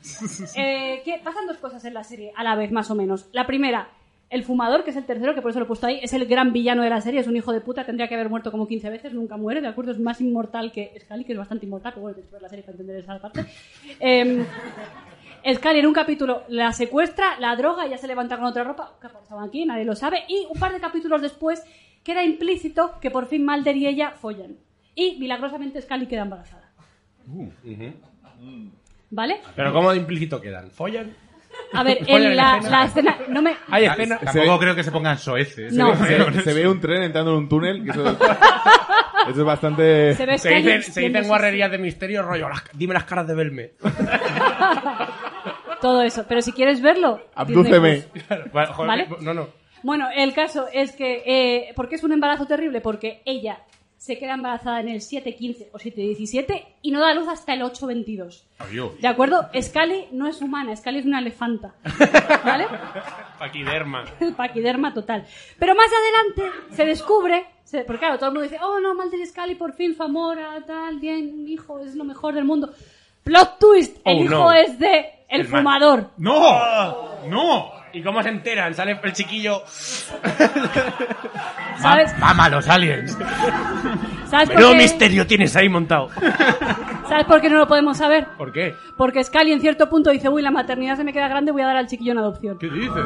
S6: Eh, ¿qué? Pasan dos cosas en la serie, a la vez, más o menos. La primera, el fumador, que es el tercero, que por eso lo he puesto ahí, es el gran villano de la serie, es un hijo de puta, tendría que haber muerto como 15 veces, nunca muere, ¿de acuerdo? Es más inmortal que Scully, que es bastante inmortal, pero bueno, tienes que ver la serie para entender esa parte. Eh, Scully en un capítulo la secuestra, la droga, ya se levanta con otra ropa, ¿qué ha pasado aquí? Nadie lo sabe. Y un par de capítulos después queda implícito que por fin Mulder y ella follan. Y milagrosamente Scully queda embarazada. ¿Vale?
S2: Pero ¿cómo de implícito quedan? ¿Follan?
S6: A ver,
S2: Follan
S6: en
S2: en
S6: la,
S2: escena.
S6: la escena... No me...
S2: Hay escena.
S3: Tampoco creo que se pongan soeces.
S6: No.
S3: ¿eh?
S1: Se, se ve un tren entrando en un túnel. que eso, eso es bastante...
S6: Se ve
S2: Se
S6: Scully
S2: dicen, se
S6: viendo
S2: dicen
S6: sus-
S2: guarrerías de misterio, rollo. las- dime las caras de verme.
S6: Todo eso. Pero si quieres verlo... pues,
S1: Abdúceme.
S6: Disney+.
S2: Vale, joder,
S6: ¿Vale?
S2: No, no.
S6: Bueno, el caso es que, eh, ¿por qué es un embarazo terrible? Porque ella se queda embarazada en el 7-15 o 7-17 y no da a luz hasta el 8-22.
S3: Adiós.
S6: ¿De acuerdo? Scully no es humana, Scully es una elefanta. ¿Vale?
S2: Paquiderma.
S6: Paquiderma total. Pero más adelante se descubre, se- porque claro, todo el mundo dice, oh no, Mulder y Scully por fin, famora, tal, bien, un hijo, es lo mejor del mundo. Plot twist, el
S2: Oh,
S6: hijo
S2: no.
S6: es de el,
S2: El man.
S6: fumador.
S3: ¡No! ¡No!
S2: ¿Y cómo se enteran? Sale el chiquillo.
S6: ¿Sabes?
S3: Ma- Mama los aliens.
S6: ¿Sabes por,
S2: Menudo
S6: qué,
S2: misterio tienes ahí montado.
S6: ¿Sabes por qué no lo podemos saber?
S2: ¿Por qué?
S6: Porque Scully en cierto punto dice, uy, la maternidad se me queda grande, voy a dar al chiquillo en adopción.
S3: ¿Qué dices?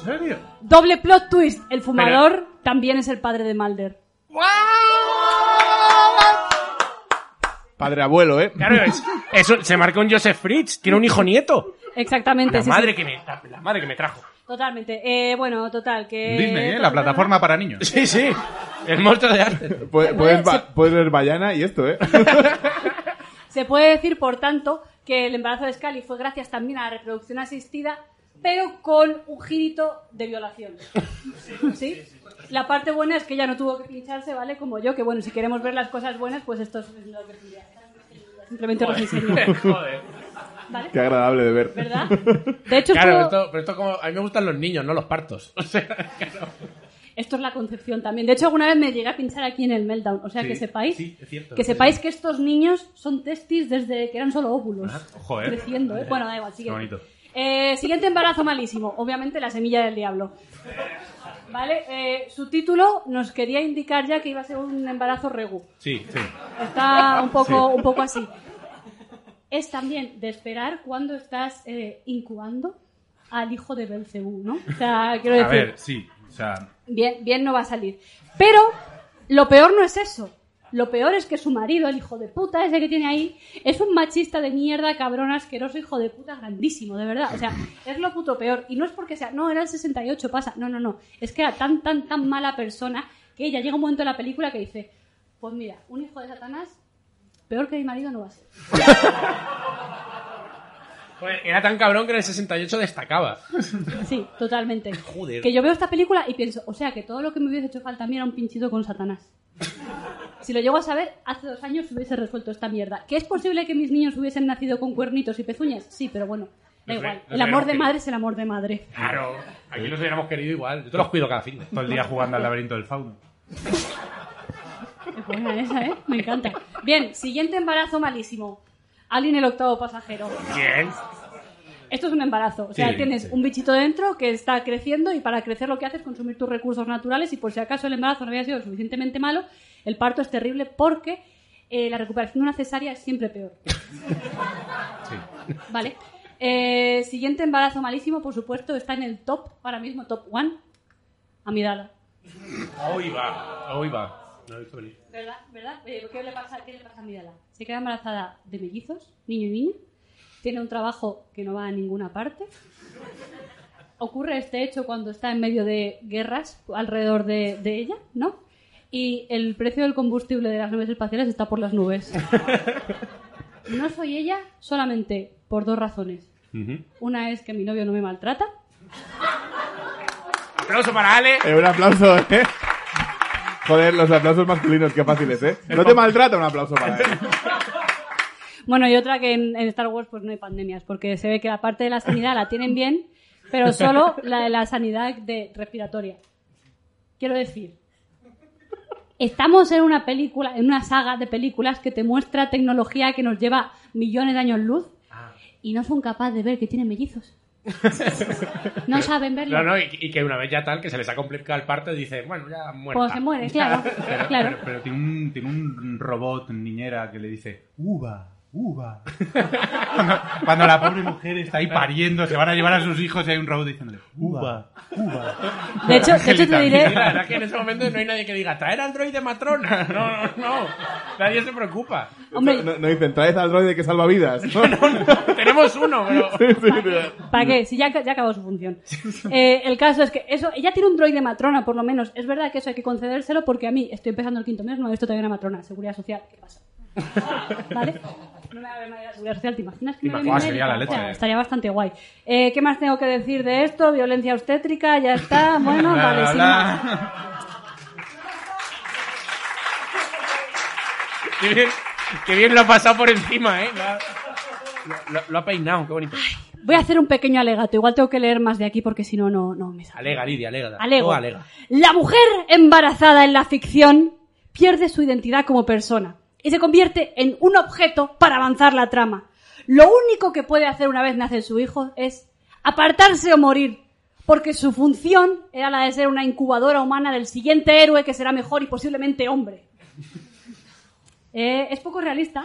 S3: ¿En serio?
S6: Doble plot twist, el fumador también es el padre de Mulder.
S1: Padre abuelo, ¿eh?
S2: Claro, es, es un- se marcó un Joseph Fritz. Tiene un hijo nieto.
S6: Exactamente.
S2: La
S6: sí, sí.
S2: madre que me, la, la madre que me trajo.
S6: Totalmente. Eh, bueno, total, que...
S3: Disney, ¿eh? La plataforma para niños.
S2: Sí, sí. El monstruo de arte.
S1: Pu- Puedes,
S6: puede-
S1: va- puedes ver Bayana y esto, ¿eh?
S6: Se puede decir, por tanto, que el embarazo de Scully fue gracias también a la reproducción asistida, pero con un girito de violación. ¿Sí? La parte buena es que ella no tuvo que pincharse, ¿vale? Como yo, que bueno, si queremos ver las cosas buenas, pues esto es lo que tendría. Simplemente os enseño.
S2: Joder.
S6: ¿Vale?
S1: Qué agradable de ver.
S6: ¿Verdad? De hecho,
S2: Claro,
S6: esto,
S2: esto, pero esto como. A mí me gustan los niños, no los partos. O sea, claro.
S6: esto es la concepción también. De hecho, alguna vez me llegué a pinchar aquí en el meltdown. O sea, que sepáis,
S3: sí, es cierto.
S6: que, sepáis que estos niños son testis desde que eran solo óvulos.
S3: joder.
S6: Creciendo, ¿eh? Bueno, da igual, sigue.
S3: Qué bonito.
S6: Eh, siguiente embarazo malísimo. Obviamente, la semilla del diablo. ¿Vale? Eh, su título nos quería indicar ya que iba a ser un embarazo regu.
S3: Sí, sí.
S6: Está un poco, un poco así. Es también de esperar cuando estás eh, incubando al hijo de Belcebú, ¿no? O sea, quiero
S3: A
S6: decir,
S3: ver, sí. O sea,
S6: bien, bien no va a salir. Pero lo peor no es eso. Lo peor es que su marido, el hijo de puta ese que tiene ahí, es un machista de mierda, cabrón, asqueroso, hijo de puta grandísimo, de verdad. O sea, es lo puto peor. Y no es porque sea, no, era el 68, pasa. No, no, no. Es que era tan, tan, tan mala persona que ella llega un momento en la película que dice, pues mira, un hijo de Satanás, peor que mi marido no va a ser.
S2: Joder, Era tan cabrón que en el 68 destacaba.
S6: Sí, totalmente.
S2: Joder.
S6: Que yo veo esta película y pienso, o sea, que todo lo que me hubiese hecho falta a mí era un pinchito con Satanás. Si lo llego a saber, hace dos años hubiese resuelto esta mierda. ¿Que es posible que mis niños hubiesen nacido con cuernitos y pezuñas? Sí, pero bueno, da
S2: Los ve-
S6: igual.
S2: los
S6: El amor
S2: veremos
S6: de
S2: que-
S6: madre es el amor de madre.
S2: Claro. Aquí los hubiéramos querido igual. Yo te los cuido cada fin.
S3: todo el día jugando al laberinto del fauno.
S6: Es buena esa, ¿eh? Me encanta. Bien, siguiente embarazo malísimo. Alien el octavo pasajero.
S2: Bien.
S6: Esto es un embarazo. O sea,
S3: Sí,
S6: tienes
S3: sí.
S6: un bichito dentro que está creciendo y para crecer lo que haces es consumir tus recursos naturales y por si acaso el embarazo no había sido suficientemente malo, el parto es terrible porque eh, la recuperación de una cesárea es siempre peor. Vale. Eh, siguiente embarazo malísimo, por supuesto, está en el top, ahora mismo, top one. Amidala.
S2: Hoy va, hoy va. No lo he visto venir.
S6: ¿Verdad? ¿Verdad? Oye, ¿qué, le pasa, qué le pasa a Amidala? Se queda embarazada de mellizos, niño y niña. Tiene un trabajo que no va a ninguna parte. Ocurre este hecho cuando está en medio de guerras alrededor de, de ella, ¿no? Y el precio del combustible de las naves espaciales está por las nubes. No soy ella solamente por dos razones. Una es que mi novio no me maltrata.
S2: Aplauso para Ale.
S1: Eh, un aplauso, ¿eh? Joder, los aplausos masculinos, qué fáciles, ¿eh? No te maltrata un aplauso para él.
S6: Bueno, y otra que en, en Star Wars pues no hay pandemias, porque se ve que la parte de la sanidad la tienen bien, pero solo la de la sanidad de respiratoria. Quiero decir, estamos en una película, en una saga de películas que te muestra tecnología que nos lleva millones de años luz
S3: Ah.
S6: y no son capaces de ver que tienen mellizos. No saben verlo.
S2: No, no, y, y que una vez ya tal, que se les ha complicado el parto, dice, bueno, ya muerta.
S6: Pues se muere, claro, claro.
S3: Pero, pero tiene, un, tiene un robot niñera que le dice, uva, uva. cuando, cuando la pobre mujer está ahí pariendo, se van a llevar a sus hijos y hay un robot diciéndole, uva, uva.
S6: De hecho, de hecho te
S2: Y la
S6: diré,
S2: verdad que en ese momento no hay nadie que diga, traer androide matrona. No, no, no. Nadie se preocupa.
S6: hombre,
S1: No, no dicen, traes al droide que salva vidas.
S2: Tenemos uno, pero...
S6: ¿Para qué? Si ya, ya acabó su función. Eh, el caso es que eso, ella tiene un droide matrona, por lo menos. Es verdad que eso hay que concedérselo porque a mí estoy empezando el quinto mes, no he visto todavía una matrona. Seguridad social, ¿qué pasa? ¿Vale? No me va a ver nadie de la seguridad social, ¿te imaginas que
S3: Te
S6: me ve
S3: imaginas,
S6: mi
S3: sería
S6: médico?
S3: la leche.
S6: Ya, Estaría bastante guay. Eh, ¿Qué más tengo que decir de esto? Violencia obstétrica, ya está. Bueno,
S3: Bla,
S6: vale,
S3: bla,
S6: sin más.
S3: bla.
S2: Qué bien, qué bien lo ha pasado por encima, ¿eh? Lo ha, lo- lo ha peinado, qué bonito.
S6: Voy a hacer un pequeño alegato. Igual tengo que leer más de aquí porque si no, no, no me sale.
S2: Alega, Lidia, alega.
S6: Alego.
S2: Todo alega.
S6: La mujer embarazada en la ficción pierde su identidad como persona y se convierte en un objeto para avanzar la trama. Lo único que puede hacer una vez nace su hijo es apartarse o morir, porque su función era la de ser una incubadora humana del siguiente héroe que será mejor y posiblemente hombre. Eh, es poco realista.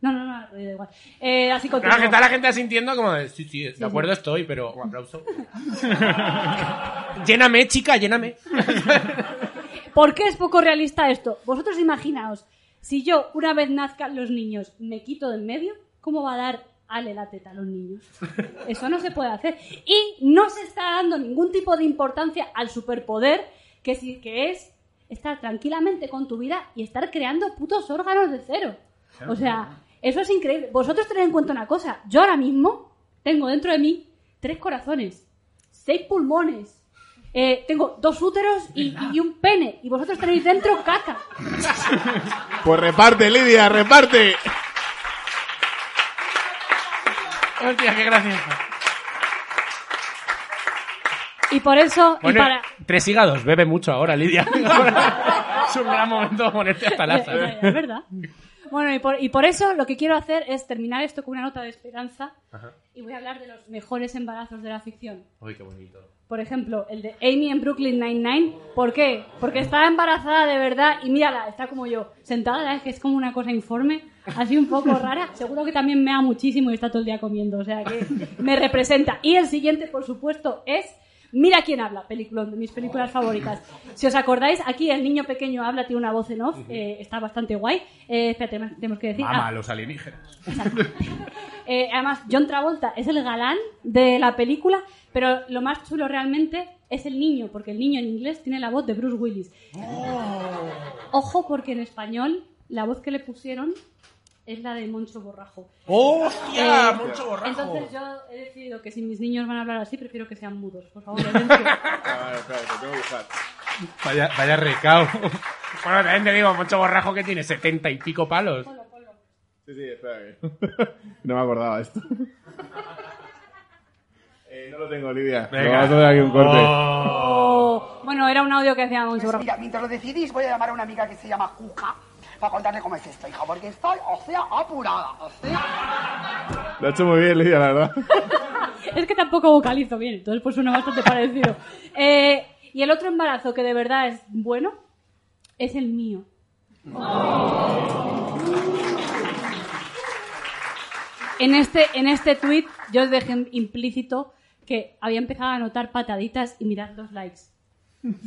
S6: No, no, no, da igual. Eh, así
S2: No, que
S6: continúo.
S2: está la gente asintiendo como de, sí, sí, de acuerdo estoy, pero un aplauso. lléname, chica, lléname.
S6: ¿Por qué es poco realista esto? Vosotros imaginaos, si yo una vez nazcan los niños me quito del medio, ¿cómo va a dar Ale la teta a los niños? Eso no se puede hacer. Y no se está dando ningún tipo de importancia al superpoder que, sí- que es estar tranquilamente con tu vida y estar creando putos órganos de cero. O sea, eso es increíble. Vosotros tened en cuenta una cosa. Yo ahora mismo tengo dentro de mí tres corazones, seis pulmones, eh, tengo dos úteros y, y un pene. Y vosotros tenéis dentro caca.
S1: Pues reparte, Lidia, reparte.
S2: Hostia, qué gracioso.
S6: Y por eso, y
S2: Bueno,
S6: para...
S2: tres hígados, bebe mucho ahora, Lidia. Ahora es un gran momento de ponerte hasta la
S6: Ya, ya, ya, es verdad. Bueno, y por, y por eso lo que quiero hacer es terminar esto con una nota de esperanza y voy a hablar de los mejores embarazos de la ficción.
S2: Uy, qué bonito.
S6: Por ejemplo, el de Amy en Brooklyn Nine-Nine. ¿Por qué? Porque está embarazada de verdad y mírala, está como yo, sentada, es que es como una cosa informe, así un poco rara. Seguro que también mea muchísimo y está todo el día comiendo, o sea que me representa. Y el siguiente, por supuesto, es Mira quién habla, película de mis películas favoritas. Si os acordáis, aquí el niño pequeño habla, tiene una voz en off, eh, está bastante guay. Eh, espérate, tenemos que decir...
S3: Mama
S6: ah,
S3: a los alienígenas.
S6: eh, además, John Travolta es el galán de la película, pero lo más chulo realmente es el niño, porque el niño en inglés tiene la voz de Bruce Willis. Ojo, porque en español la voz que le pusieron es la de Moncho Borrajo.
S2: ¡Hostia!
S6: Eh,
S2: mucho borrajo.
S6: Entonces yo he decidido que si mis niños van a hablar así, prefiero que sean mudos. Por favor, Lorenzo.
S1: Ah,
S3: Vaya, vaya recao.
S2: Bueno, también te digo, mucho borrajo que tiene setenta y pico palos.
S6: Ponlo, ponlo.
S1: Sí, sí, espera. que- No me acordaba de esto. Eh, no lo tengo, Lidia.
S3: Venga.
S1: No, vamos a hacer aquí un corte.
S6: Oh, bueno, era un audio que hacía Moncho Borrajo.
S5: Mira, mientras lo decidís, voy a llamar a una amiga que se llama Cuca para contarle cómo es esto, hija, porque estoy, o sea, apurada, o sea...
S1: Lo ha hecho muy bien, Lidia, la verdad.
S6: Es que tampoco vocalizo bien, entonces pues suena bastante parecido. Eh, y el otro embarazo que de verdad es bueno es el mío. en este, en este tweet yo os dejé implícito que había empezado a anotar pataditas y mirad los likes.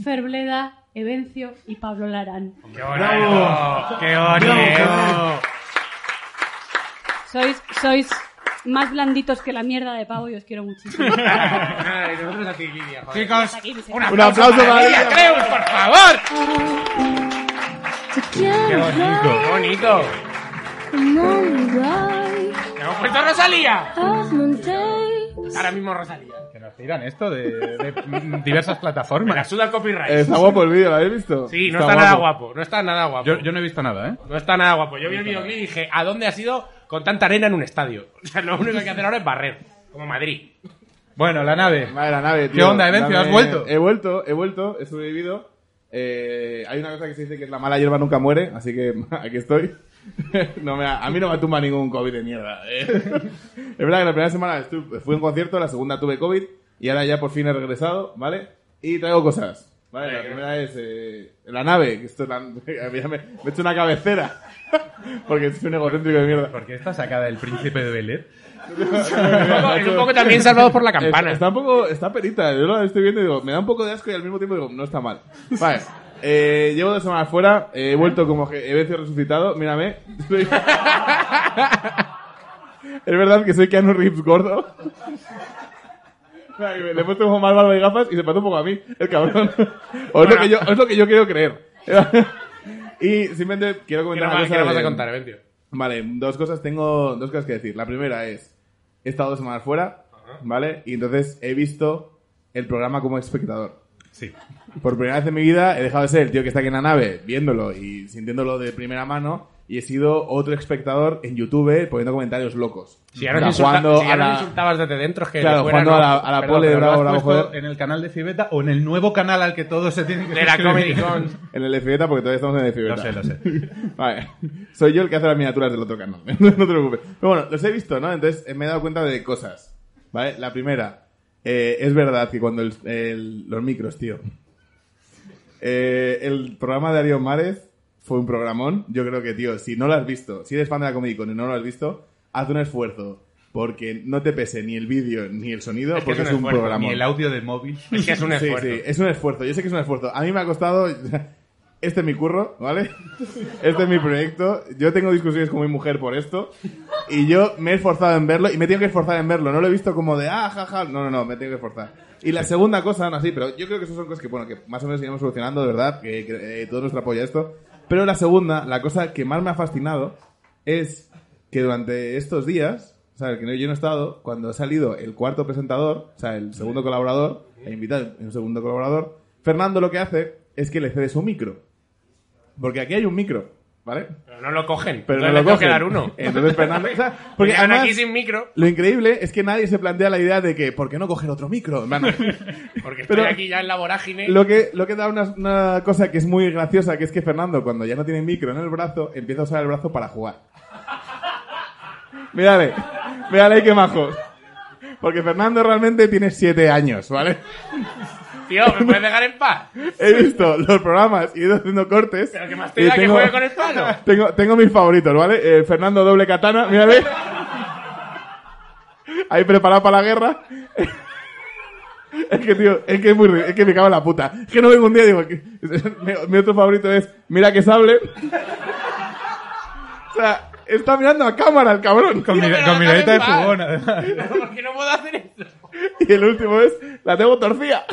S6: Ferbleda, Evencio y Pablo Larán.
S2: ¡Qué bonito! ¡Qué bonito!
S6: Sois, sois más blanditos que la mierda de pavo y os quiero muchísimo.
S2: Nada, y nosotros a ti, Lidia, joder.
S3: Chicos,
S6: Hasta aquí mi sección.
S3: un
S1: Un aplauso para
S2: Lidia
S1: ella.
S2: Creus, por favor!
S7: Qué
S2: ¡Qué bonito! ¡Me hemos puesto Rosalía! Ahora mismo Rosalía.
S3: Que nos tiran esto de, de diversas plataformas.
S2: Me la suda el copyright.
S1: Eh, Está guapo el vídeo, ¿lo habéis visto?
S2: Sí, no
S3: Está
S2: está, nada
S3: guapo.
S2: guapo. No está nada guapo.
S3: Yo, yo no he visto nada, ¿eh?
S2: No está nada guapo. Yo vi el videoclip y dije, ¿a dónde has ido con tanta arena en un estadio? O sea, lo único que hay que hacer ahora es barrer. Como Madrid.
S3: Bueno, la nave.
S1: Madre la nave, tío.
S3: ¿Qué onda, Evencio?
S1: Dame-
S3: ¿Has vuelto?
S1: He vuelto, he vuelto, he sobrevivido. Eh, hay una cosa que se dice que es la mala hierba nunca muere, así que aquí estoy. no me ha- a mí no me tumba ningún COVID de mierda. eh. es verdad que la primera semana estuve- fui a un concierto, la segunda tuve COVID y ahora ya por fin he regresado, ¿vale? Y traigo cosas. Vale, la primera es eh, la nave, que esto es la- ya me, me he hecho una cabecera. Porque soy un egocéntrico de mierda.
S3: Porque esta sacada del príncipe de Belén.
S2: Un poco, es un poco también salvados por la
S1: Es-
S2: campana.
S1: Está un poco, está perita. Yo lo estoy viendo y digo, me da un poco de asco y al mismo tiempo digo, no está mal. Vale. Eh, llevo dos semanas fuera, eh, he vuelto como que Evencio resucitado, mírame. Soy- es verdad que soy Keanu Reeves gordo. Ay, Le he puesto un poco más barba y gafas y se pasó un poco a mí, el cabrón. O es, lo que yo, o es lo que yo quiero creer. y simplemente quiero
S2: ¿Qué nos
S1: comentar una
S2: vas-
S1: cosa
S2: qué nos vas a
S1: de-
S2: contar, Evencio?
S1: Vale, dos cosas tengo, dos cosas que decir. La primera es, he estado dos semanas fuera, ¿vale? Y entonces he visto el programa como espectador.
S3: Sí.
S1: Por primera vez en mi vida he dejado de ser el tío que está aquí en la nave viéndolo y sintiéndolo de primera mano y he sido otro espectador en YouTube poniendo comentarios locos.
S2: Si ya nos,
S1: O sea,
S2: insulta-
S1: jugando
S2: si ya
S1: a
S2: nos
S1: la-
S2: insultabas desde dentro, es que
S1: Claro,
S2: de fuera
S1: jugando
S2: no.
S1: a la, a la
S3: Perdón,
S1: pole de
S3: pero lo
S1: Bravo, ¿eh?
S3: has
S1: Bravo,
S3: puesto
S1: joder.
S3: en el canal de Cibeta o en el nuevo canal al que todos se tienen que
S2: De la Comic
S3: suscribir?
S2: Con.
S1: En el FBeta porque todavía estamos en el FBeta.
S3: Lo sé, lo sé.
S1: Vale. Soy yo el que hace las miniaturas del otro canal. no te preocupes. Pero bueno, los he visto, ¿no? Entonces eh, me he dado cuenta de cosas. ¿Vale? La primera. eh, es verdad que cuando el, el- los micros, tío. Eh, el programa de Arión Mares fue un programón. Yo creo que, tío, si no lo has visto, si eres fan de la Comedy Con y no lo has visto, haz un esfuerzo. Porque no te pese ni el vídeo ni el sonido,
S2: Es que
S1: porque
S2: es
S1: es
S2: un
S1: un,
S2: esfuerzo,
S1: programón.
S3: Ni el audio de móvil.
S2: Es que es un
S1: Sí,
S2: esfuerzo.
S1: sí, es un esfuerzo. Yo sé que es un esfuerzo. A mí me ha costado. Este es mi curro, ¿vale? Este es mi proyecto. Yo tengo discusiones con mi mujer por esto. Y yo me he esforzado en verlo. Y me tengo que esforzar en verlo. No lo he visto como de, ah, jaja. No, no, no, me tengo que esforzar. Y la segunda cosa, no así, pero yo creo que esas son cosas que, bueno, que más o menos iremos solucionando, de verdad. Que, que, eh, todo nuestro apoyo a esto. Pero la segunda, la cosa que más me ha fascinado es que durante estos días, o sea, que no- yo no he estado, cuando ha salido el cuarto presentador, o sea, el segundo colaborador, el invitado, un segundo colaborador, Fernando lo que hace es que le cede su micro. Porque aquí hay un micro, ¿vale?
S2: Pero no lo cogen.
S1: Pero no
S2: Entonces
S1: lo
S2: le tengo que
S1: cogen.
S2: dar uno.
S1: Entonces Fernando, o sea,
S2: Porque
S1: porque
S2: van
S1: además,
S2: aquí sin micro,
S1: lo increíble es que nadie se plantea la idea de que, ¿por qué no coger otro micro? En plan,
S2: porque estoy
S1: Pero-
S2: aquí ya en la vorágine.
S1: Lo que, lo que da una, una cosa que es muy graciosa, que es que Fernando, cuando ya no tiene micro en el brazo, empieza a usar el brazo para jugar. Mírale, mírale qué majo. Porque Fernando realmente tiene siete años, ¿vale?
S2: Tío, ¿me puedes dejar en paz?
S1: He visto los programas y he ido haciendo cortes.
S2: Pero que más te
S1: y
S2: da que juegue con el palo.
S1: Tengo, tengo mis favoritos, ¿vale? Eh, Fernando doble katana, mírale. Ahí preparado para la guerra. Es que, tío, es que es muy ri- es que me cago en la puta. Es que no vengo un día y digo, que- mi, mi otro favorito es, mira que sable. O sea, está mirando a cámara el cabrón.
S3: Con, mi,
S2: Tío, pero
S3: con
S2: no
S3: miradita
S2: saben
S3: de
S2: más.
S3: fugón, además.
S2: Porque no puedo hacer eso.
S1: Y el último es, la tengo torcida.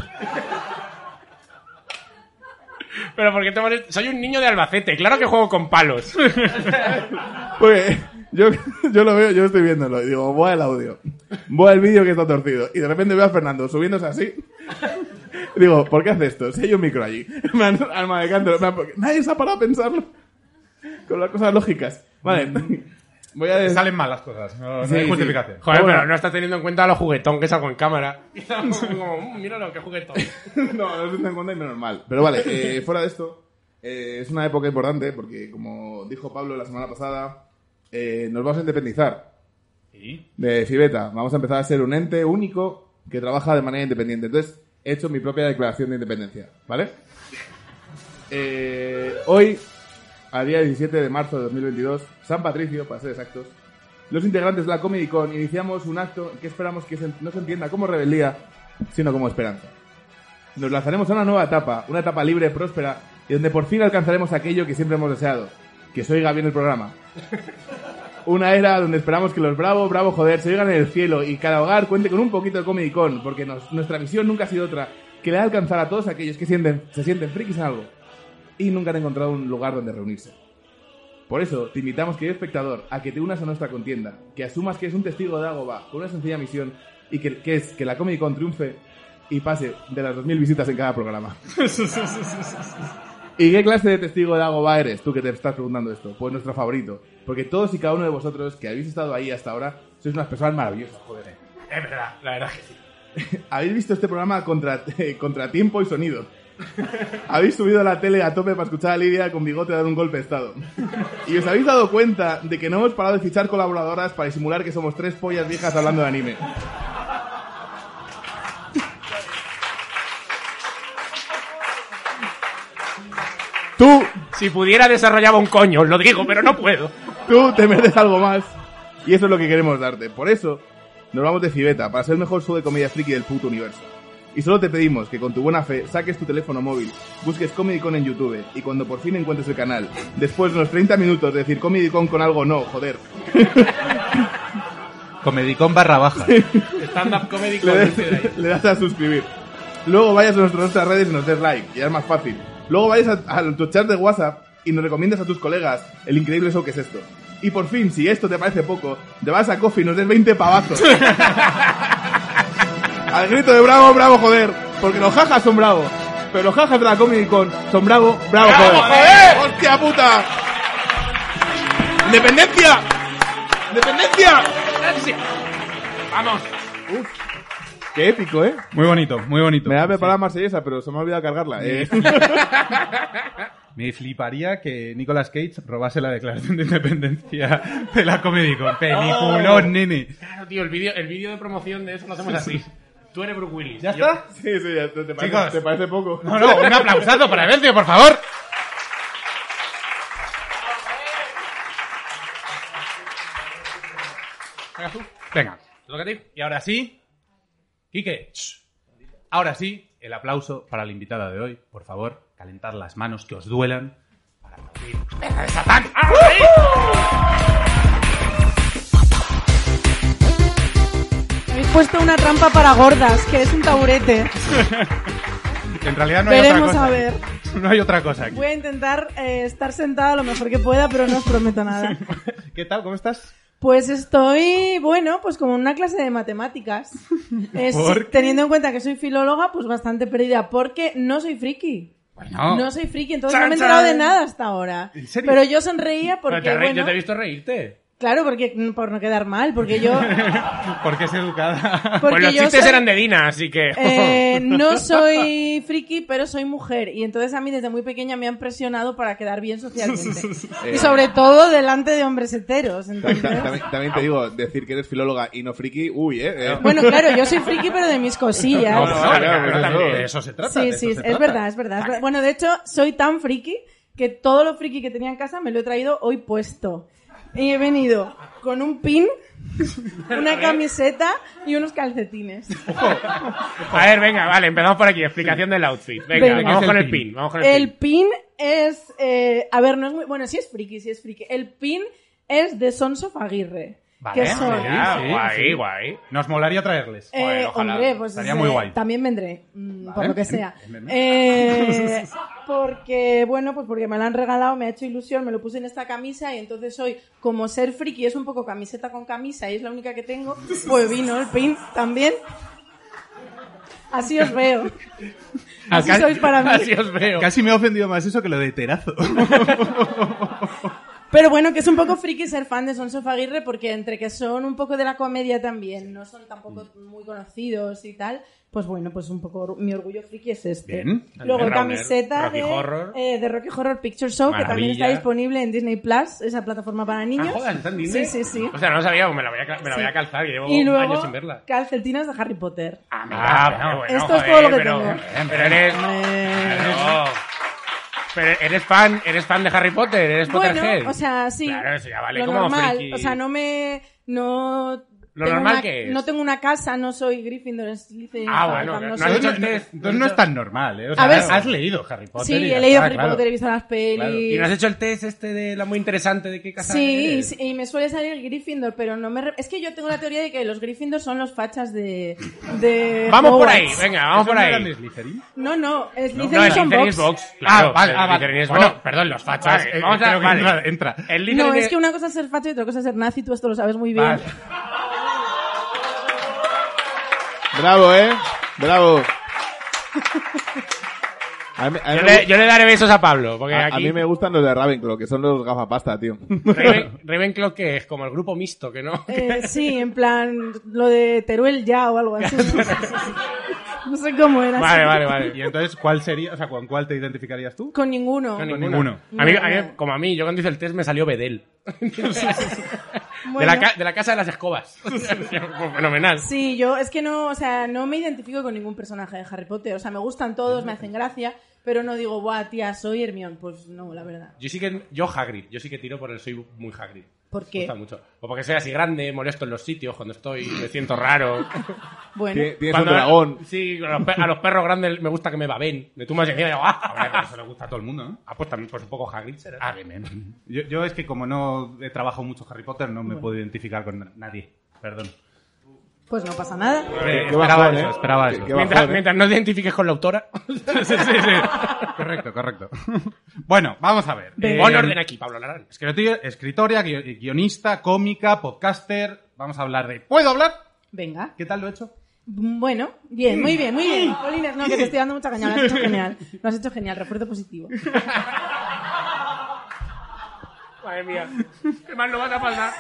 S2: Pero porque tengo... soy un niño de Albacete, claro que juego con palos.
S1: Porque yo, yo lo veo, yo estoy viéndolo y digo, voy al audio, voy al vídeo que está torcido. Y de repente veo a Fernando subiéndose así. Digo, ¿por qué hace esto? Si hay un micro allí. Me han- Alma de cántaro. me han- porque Nadie se ha parado a pensarlo. Con las cosas lógicas. Vale. Voy a decir.
S3: Salen mal las cosas. No, no
S1: Sí,
S3: hay
S1: sí.
S3: justificación.
S2: Joder,
S1: Bueno.
S2: pero no estás teniendo en cuenta lo juguetón que saco en cámara. Y estamos como, "Mm, mira lo que juguetón.
S1: No, no lo tengo en cuenta y menos mal. Pero vale, eh, fuera de esto, eh, es una época importante porque, como dijo Pablo la semana pasada, eh, nos vamos a independizar. de Fibeta. Vamos a empezar a ser un ente único que trabaja de manera independiente. Entonces, he hecho mi propia declaración de independencia, ¿vale? Eh, hoy, a día 17 de marzo de 2022, San Patricio, para ser exactos, los integrantes de la Comedy Con iniciamos un acto que esperamos que se- no se entienda como rebeldía, sino como esperanza. Nos lanzaremos a una nueva etapa, una etapa libre, próspera, y donde por fin alcanzaremos aquello que siempre hemos deseado, que se oiga bien el programa. Una era donde esperamos que los bravo, bravo, joder, se oigan en el cielo y cada hogar cuente con un poquito de Comedy Con, porque nos- nuestra visión nunca ha sido otra que la de alcanzar a todos aquellos que sienten, se sienten frikis en algo y nunca han encontrado un lugar donde reunirse. Por eso, te invitamos, querido espectador, a que te unas a nuestra contienda, que asumas que es un testigo de Agoba con una sencilla misión y que, que es que la Comic Con triunfe y pase de las 2.000 visitas en cada programa. ¿Y qué clase de testigo de Agoba eres tú que te estás preguntando esto? Pues nuestro favorito, porque todos y cada uno de vosotros que habéis estado ahí hasta ahora sois unas personas maravillosas, joder. eh.
S2: Es verdad, la verdad que sí.
S1: Habéis visto este programa contra, contra tiempo y sonido. Habéis subido a la tele a tope para escuchar a Lidia con bigote dar un golpe de estado. Y os habéis dado cuenta de que no hemos parado de fichar colaboradoras para simular que somos tres pollas viejas hablando de anime. Tú,
S2: Si pudiera desarrollaba un coño, os lo digo, pero no puedo.
S1: tú te mereces algo más. Y eso es lo que queremos darte. Por eso, nos vamos de civeta, para ser el mejor show de comedia friki del puto universo. Y solo te pedimos que con tu buena fe saques tu teléfono móvil, busques Comedy Con en YouTube y cuando por fin encuentres el canal, después de unos 30 minutos de decir Comedy Con con algo no, joder,
S3: Comedicón barra baja.
S2: Stand-up comedy
S1: le
S2: con
S1: das, le das a suscribir. Luego vayas a nuestras nuestras redes y nos des like, ya es más fácil. Luego vayas a, a tu chat de WhatsApp y nos recomiendas a tus colegas el increíble show que es esto. Y por fin, si esto te parece poco, te vas a Coffee y nos des 20 pavazos. Al grito de bravo, bravo, joder. Porque los jajas son bravos. Pero los jajas de la Comic Con son bravo, bravo, joder. ¡Hostia puta! ¡Independencia! ¡Independencia!
S2: Vamos.
S1: Qué épico, ¿eh?
S3: Muy bonito, muy bonito.
S1: Me había preparado marsellesa, pero se me ha olvidado cargarla. Eh.
S3: Me fliparía que Nicolas Cage robase la declaración de independencia de la Comedy Con. Peliculón, nene.
S2: Claro, tío, el vídeo el vídeo de promoción de eso lo hacemos así. Tú eres Bruce Willis.
S3: ¿Ya
S2: Yo-
S3: está?
S1: Sí, sí, ya te, te parece,
S3: Chicos.
S1: te parece poco.
S3: No, no, un aplausazo para Evencio, por favor. Venga, tú. Venga, te toca a ti. Y ahora sí, Quique, shh. ahora sí, el aplauso para la invitada de hoy. Por favor, calentad las manos que os duelan.
S7: Habéis puesto una trampa para gordas, que es un taburete.
S3: En realidad no
S7: Veremos
S3: hay otra cosa.
S7: a ver.
S3: No hay otra cosa aquí.
S7: Voy a intentar eh, estar sentada lo mejor que pueda, pero no os prometo nada.
S3: ¿Qué tal? ¿Cómo estás?
S7: Pues estoy, bueno, pues como en una clase de matemáticas. Es-
S3: ¿Por qué?
S7: teniendo en cuenta que soy filóloga, pues bastante perdida, porque no soy friki.
S3: Bueno,
S7: No soy friki, entonces
S3: Ah. Chan,
S7: no me he enterado de
S3: chan.
S7: nada hasta ahora.
S3: ¿En serio?
S7: Pero yo sonreía porque,
S2: Pero te re-
S7: bueno,
S2: Yo te he visto reírte.
S7: claro, porque por no quedar mal, porque yo,
S3: porque es educada.
S7: porque
S2: pues los
S7: yo
S2: chistes
S7: soy-
S2: eran de Dina, así que.
S7: eh, no soy friki, pero soy mujer y entonces a mí desde muy pequeña me han presionado para quedar bien socialmente y sobre todo delante de hombres heteros.
S1: Ta-
S7: Entonces,
S1: ta- También, también te digo, decir que eres filóloga y no friki, uy, eh. eh.
S7: bueno, claro, yo soy friki pero de mis cosillas.
S1: No, no, claro,
S3: Pero
S1: claro,
S3: también
S1: eso.
S3: de eso se trata. de
S7: Sí,
S3: eso
S7: sí,
S3: se
S7: es
S3: trata.
S7: verdad, es verdad, es verdad. Bueno, de hecho, soy tan friki que todo lo friki que tenía en casa me lo he traído hoy puesto. Y he venido con un pin, una camiseta y unos calcetines.
S2: A ver, venga, vale, empezamos por aquí. Explicación del outfit. Venga,
S7: Venga.
S2: vamos
S3: Es
S2: con
S3: el
S2: el
S3: pin.
S2: pin. Vamos con el,
S7: El
S2: pin.
S7: pin es... eh, a ver, no es muy... Bueno, sí es friki, sí es friki. El pin es de Sonsof Aguirre.
S3: Vale,
S7: que son...
S3: sí,
S2: Ah,
S3: sí,
S2: guay,
S3: sí.
S2: guay.
S3: Nos molaría traerles.
S7: Eh,
S2: Joder, ojalá.
S7: hombre, pues
S3: Estaría
S7: eh,
S3: muy guay.
S7: también vendré, mm, por
S3: Vale.
S7: lo que sea.
S3: Ven, ven, ven.
S7: Eh, porque, bueno, pues porque me la han regalado, me ha hecho ilusión, me lo puse en esta camisa y entonces hoy, como ser friki es un poco camiseta con camisa y es la única que tengo, pues vino el pin también. Así os veo. Así
S2: Casi-
S7: sois para mí.
S2: Así os veo.
S3: Casi me ha ofendido más eso que lo de terazo.
S7: Pero bueno, que es un poco friki ser fan de Sonsof Aguirre porque entre que son un poco de la comedia también, no son tampoco muy conocidos y tal, pues bueno, pues un poco or- mi orgullo friki es este.
S3: Bien.
S7: Luego
S2: Runner,
S7: camiseta
S2: Rocky
S7: de,
S2: Horror.
S7: eh, de Rocky Horror Picture Show que también
S2: Maravilla.
S7: está disponible en Disney Plus, esa plataforma
S2: Ah,
S7: para Ah, niños.
S3: joder, ¿está en Disney?
S7: Sí, sí, sí.
S2: O sea, no lo sabía, me la voy a, cla- me la voy a
S7: Sí.
S2: calzar, que llevo
S7: Y luego
S2: años sin verla.
S7: calcetinas de Harry Potter.
S2: Ah, pero bueno,
S7: Esto es todo lo que
S2: pero,
S7: tengo.
S2: pero eres.
S7: Eh,
S2: Claro. Pero eres fan, eres fan de Harry Potter, eres Potterhead.
S7: Bueno, o sea, sí.
S2: Claro, eso ya vale
S7: Lo
S2: como
S7: normal.
S2: friki.
S7: O sea, no me. No.
S2: Lo
S7: tengo
S2: normal
S7: una-
S2: que es.
S7: No tengo una casa, no soy Gryffindor, Slytherin.
S2: Ah,
S7: Hufflepuff,
S2: bueno,
S7: no
S2: no
S7: soy-
S2: has
S3: Entonces
S2: hecho
S3: no,
S2: el test.
S3: entonces no es tan normal, ¿eh? O sea,
S7: A ver,
S3: has, has leído Harry Potter.
S7: Sí,
S3: y ya
S7: he leído
S3: está,
S7: Harry
S3: claro.
S7: Potter, he visto las pelis.
S3: Claro.
S2: ¿Y no has hecho el test este de la muy interesante de qué casa
S7: Sí,
S2: eres?
S7: sí, y me suele salir Gryffindor, pero no me... re- Es que yo tengo la teoría de que los Gryffindor son los fachas de... de
S2: Vamos por
S7: Hogwarts.
S2: ahí, venga, vamos
S3: ¿Eso
S2: por
S3: no era de
S2: ahí.
S3: Slytherin?
S7: No, no, es
S2: No,
S7: Slytherin
S2: es
S7: son
S2: Slytherin es
S7: Vox.
S2: Box, claro.
S3: Ah, vale, ah, vale.
S2: Slytherin es
S3: Bueno,
S2: Vox. perdón, los fachas.
S3: vale, eh,
S2: vamos a
S3: creo que
S2: vale.
S3: entra- entra.
S2: El Slytherin
S7: No, es que una cosa es ser facha y otra cosa es ser nazi, tú esto lo sabes muy bien.
S3: Vale.
S1: Bravo, ¿eh? Bravo. A mí, a mí
S2: yo,
S1: me,
S2: le, yo le daré besos a Pablo, porque
S1: a- a
S2: aquí...
S1: mí me gustan los de Ravenclaw, que son los gafapasta, tío.
S2: Raven- Ravenclaw que es como el grupo mixto, que no...
S7: Eh, sí, en plan, lo de Teruel ya o algo así. no sé cómo era.
S2: Vale,
S7: sí.
S2: vale, vale.
S3: Y entonces, ¿cuál sería, o sea, con cuál te identificarías tú?
S7: Con ninguno.
S2: No,
S3: ninguno.
S2: A mí,
S7: No,
S2: a mí-
S7: no.
S2: como a mí, yo cuando hice el test me salió Bedel. de,
S7: Bueno.
S2: la ca- de la casa de las escobas. Fenomenal.
S7: Sí, yo es que no, o sea, no me identifico con ningún personaje de Harry Potter. O sea, me gustan todos, me hacen gracia, pero no digo, buah, tía, soy Hermione. Pues no, la verdad.
S2: Yo sí que, yo Hagrid, yo sí que tiro por el soy muy Hagrid.
S7: ¿Por qué?
S2: Me gusta mucho. O porque soy así grande, molesto en los sitios cuando estoy, me siento raro.
S7: Bueno,
S1: Tienes tienes un
S2: Cuando-
S1: dragón.
S2: Sí, a los, pe- a los perros grandes me gusta que me baben. Me tumbas encima y digo,
S3: Hombre,
S2: ¡ah!
S3: pero eso le gusta a todo el mundo, ¿no?
S2: Ah, pues también pues un poco Hagrid será.
S3: Yo, yo es que como no he trabajado mucho Harry Potter, no me puedo identificar con na- nadie. Perdón.
S7: pues no pasa nada.
S3: Eh,
S1: qué
S3: esperaba
S1: bajón,
S3: eso,
S1: ¿eh?
S3: esperaba
S1: Qué-
S3: eso.
S1: qué
S2: mientras,
S1: bajón, ¿eh?
S2: mientras no te identifiques con la autora.
S3: Sí, sí, sí. correcto, correcto. Bueno, vamos a ver. Eh,
S2: Pon orden aquí, Pablo Larán.
S3: escritora, escritora, guio- guionista, cómica, podcaster. Vamos a hablar de... ¿Puedo hablar?
S7: Venga.
S3: ¿Qué tal lo he hecho?
S7: Bueno, bien, muy bien, muy bien. Polines, no, que te estoy dando mucha caña, lo has hecho genial. Lo has hecho genial, refuerzo positivo.
S2: Madre mía. ¿Qué más lo vas a pasar?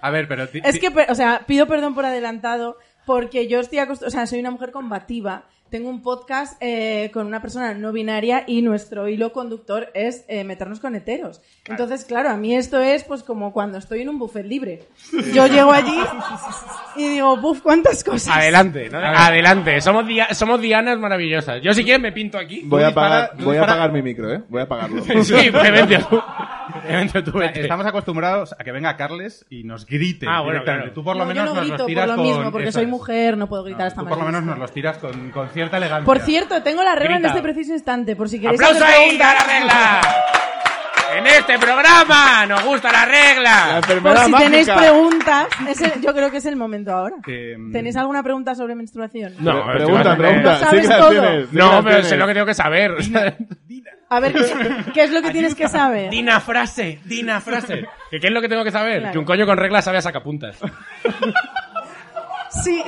S3: A ver, pero... ti-
S7: Es
S3: ti-
S7: que, pe- o sea, pido perdón por adelantado porque yo estoy acostumbrada, o sea, soy una mujer combativa. Tengo un podcast eh, con una persona no binaria y nuestro hilo conductor es eh, meternos con heteros. Entonces, claro, a mí esto es pues como cuando estoy en un buffet libre. Yo llego allí y digo, buf, cuántas cosas.
S2: Adelante, ¿no? adelante. Somos, dia- somos dianas maravillosas. Yo si quieres me pinto aquí.
S1: Voy a,
S3: dispara-
S1: apagar,
S3: tú
S1: voy a
S3: dispara-
S1: apagar mi micro, ¿eh? Voy a apagarlo.
S2: Sí, me vente tú. Me vente tú, vete.
S3: Estamos acostumbrados a que venga Carles y nos grite
S2: Ah, bueno,
S3: directamente.
S2: claro.
S3: Tú por
S7: No,
S3: lo menos
S7: yo no
S3: nos los
S7: grito por
S3: tiras
S7: lo
S3: con...
S7: mismo, porque
S3: eso
S7: soy
S3: es.
S7: mujer, no puedo gritar esta
S3: Tú por lo menos nos los tiras con, con cierta elegancia.
S7: Por cierto, tengo la regla en
S2: Grita.
S7: este preciso instante, por si queréis...
S2: ¡Aplauso
S7: hacer
S2: ahí
S7: preguntas.
S2: a la regla! En este programa nos gusta la
S1: La
S2: regla.
S7: Por
S1: enfermedad
S7: si
S1: mágica.
S7: tenéis preguntas, es el- yo creo que es el momento ahora.
S3: Eh,
S7: ¿Tenéis alguna pregunta sobre menstruación?
S2: Mm. No,
S1: Pre- pregunta,
S2: este-
S1: pregunta.
S7: Lo sabes
S1: sí que las
S7: todo.
S1: tienes, sí que
S2: No,
S1: las
S2: pero sé
S1: tienes.
S2: lo que tengo que saber. o sea,
S7: A ver, ¿qué, qué es lo que tienes que saber?
S2: Dina frase, Dina frase. ¿Que ¿Qué es lo que tengo que saber?
S7: Claro.
S2: Que un coño con reglas sabe a sacapuntas.
S7: Sí.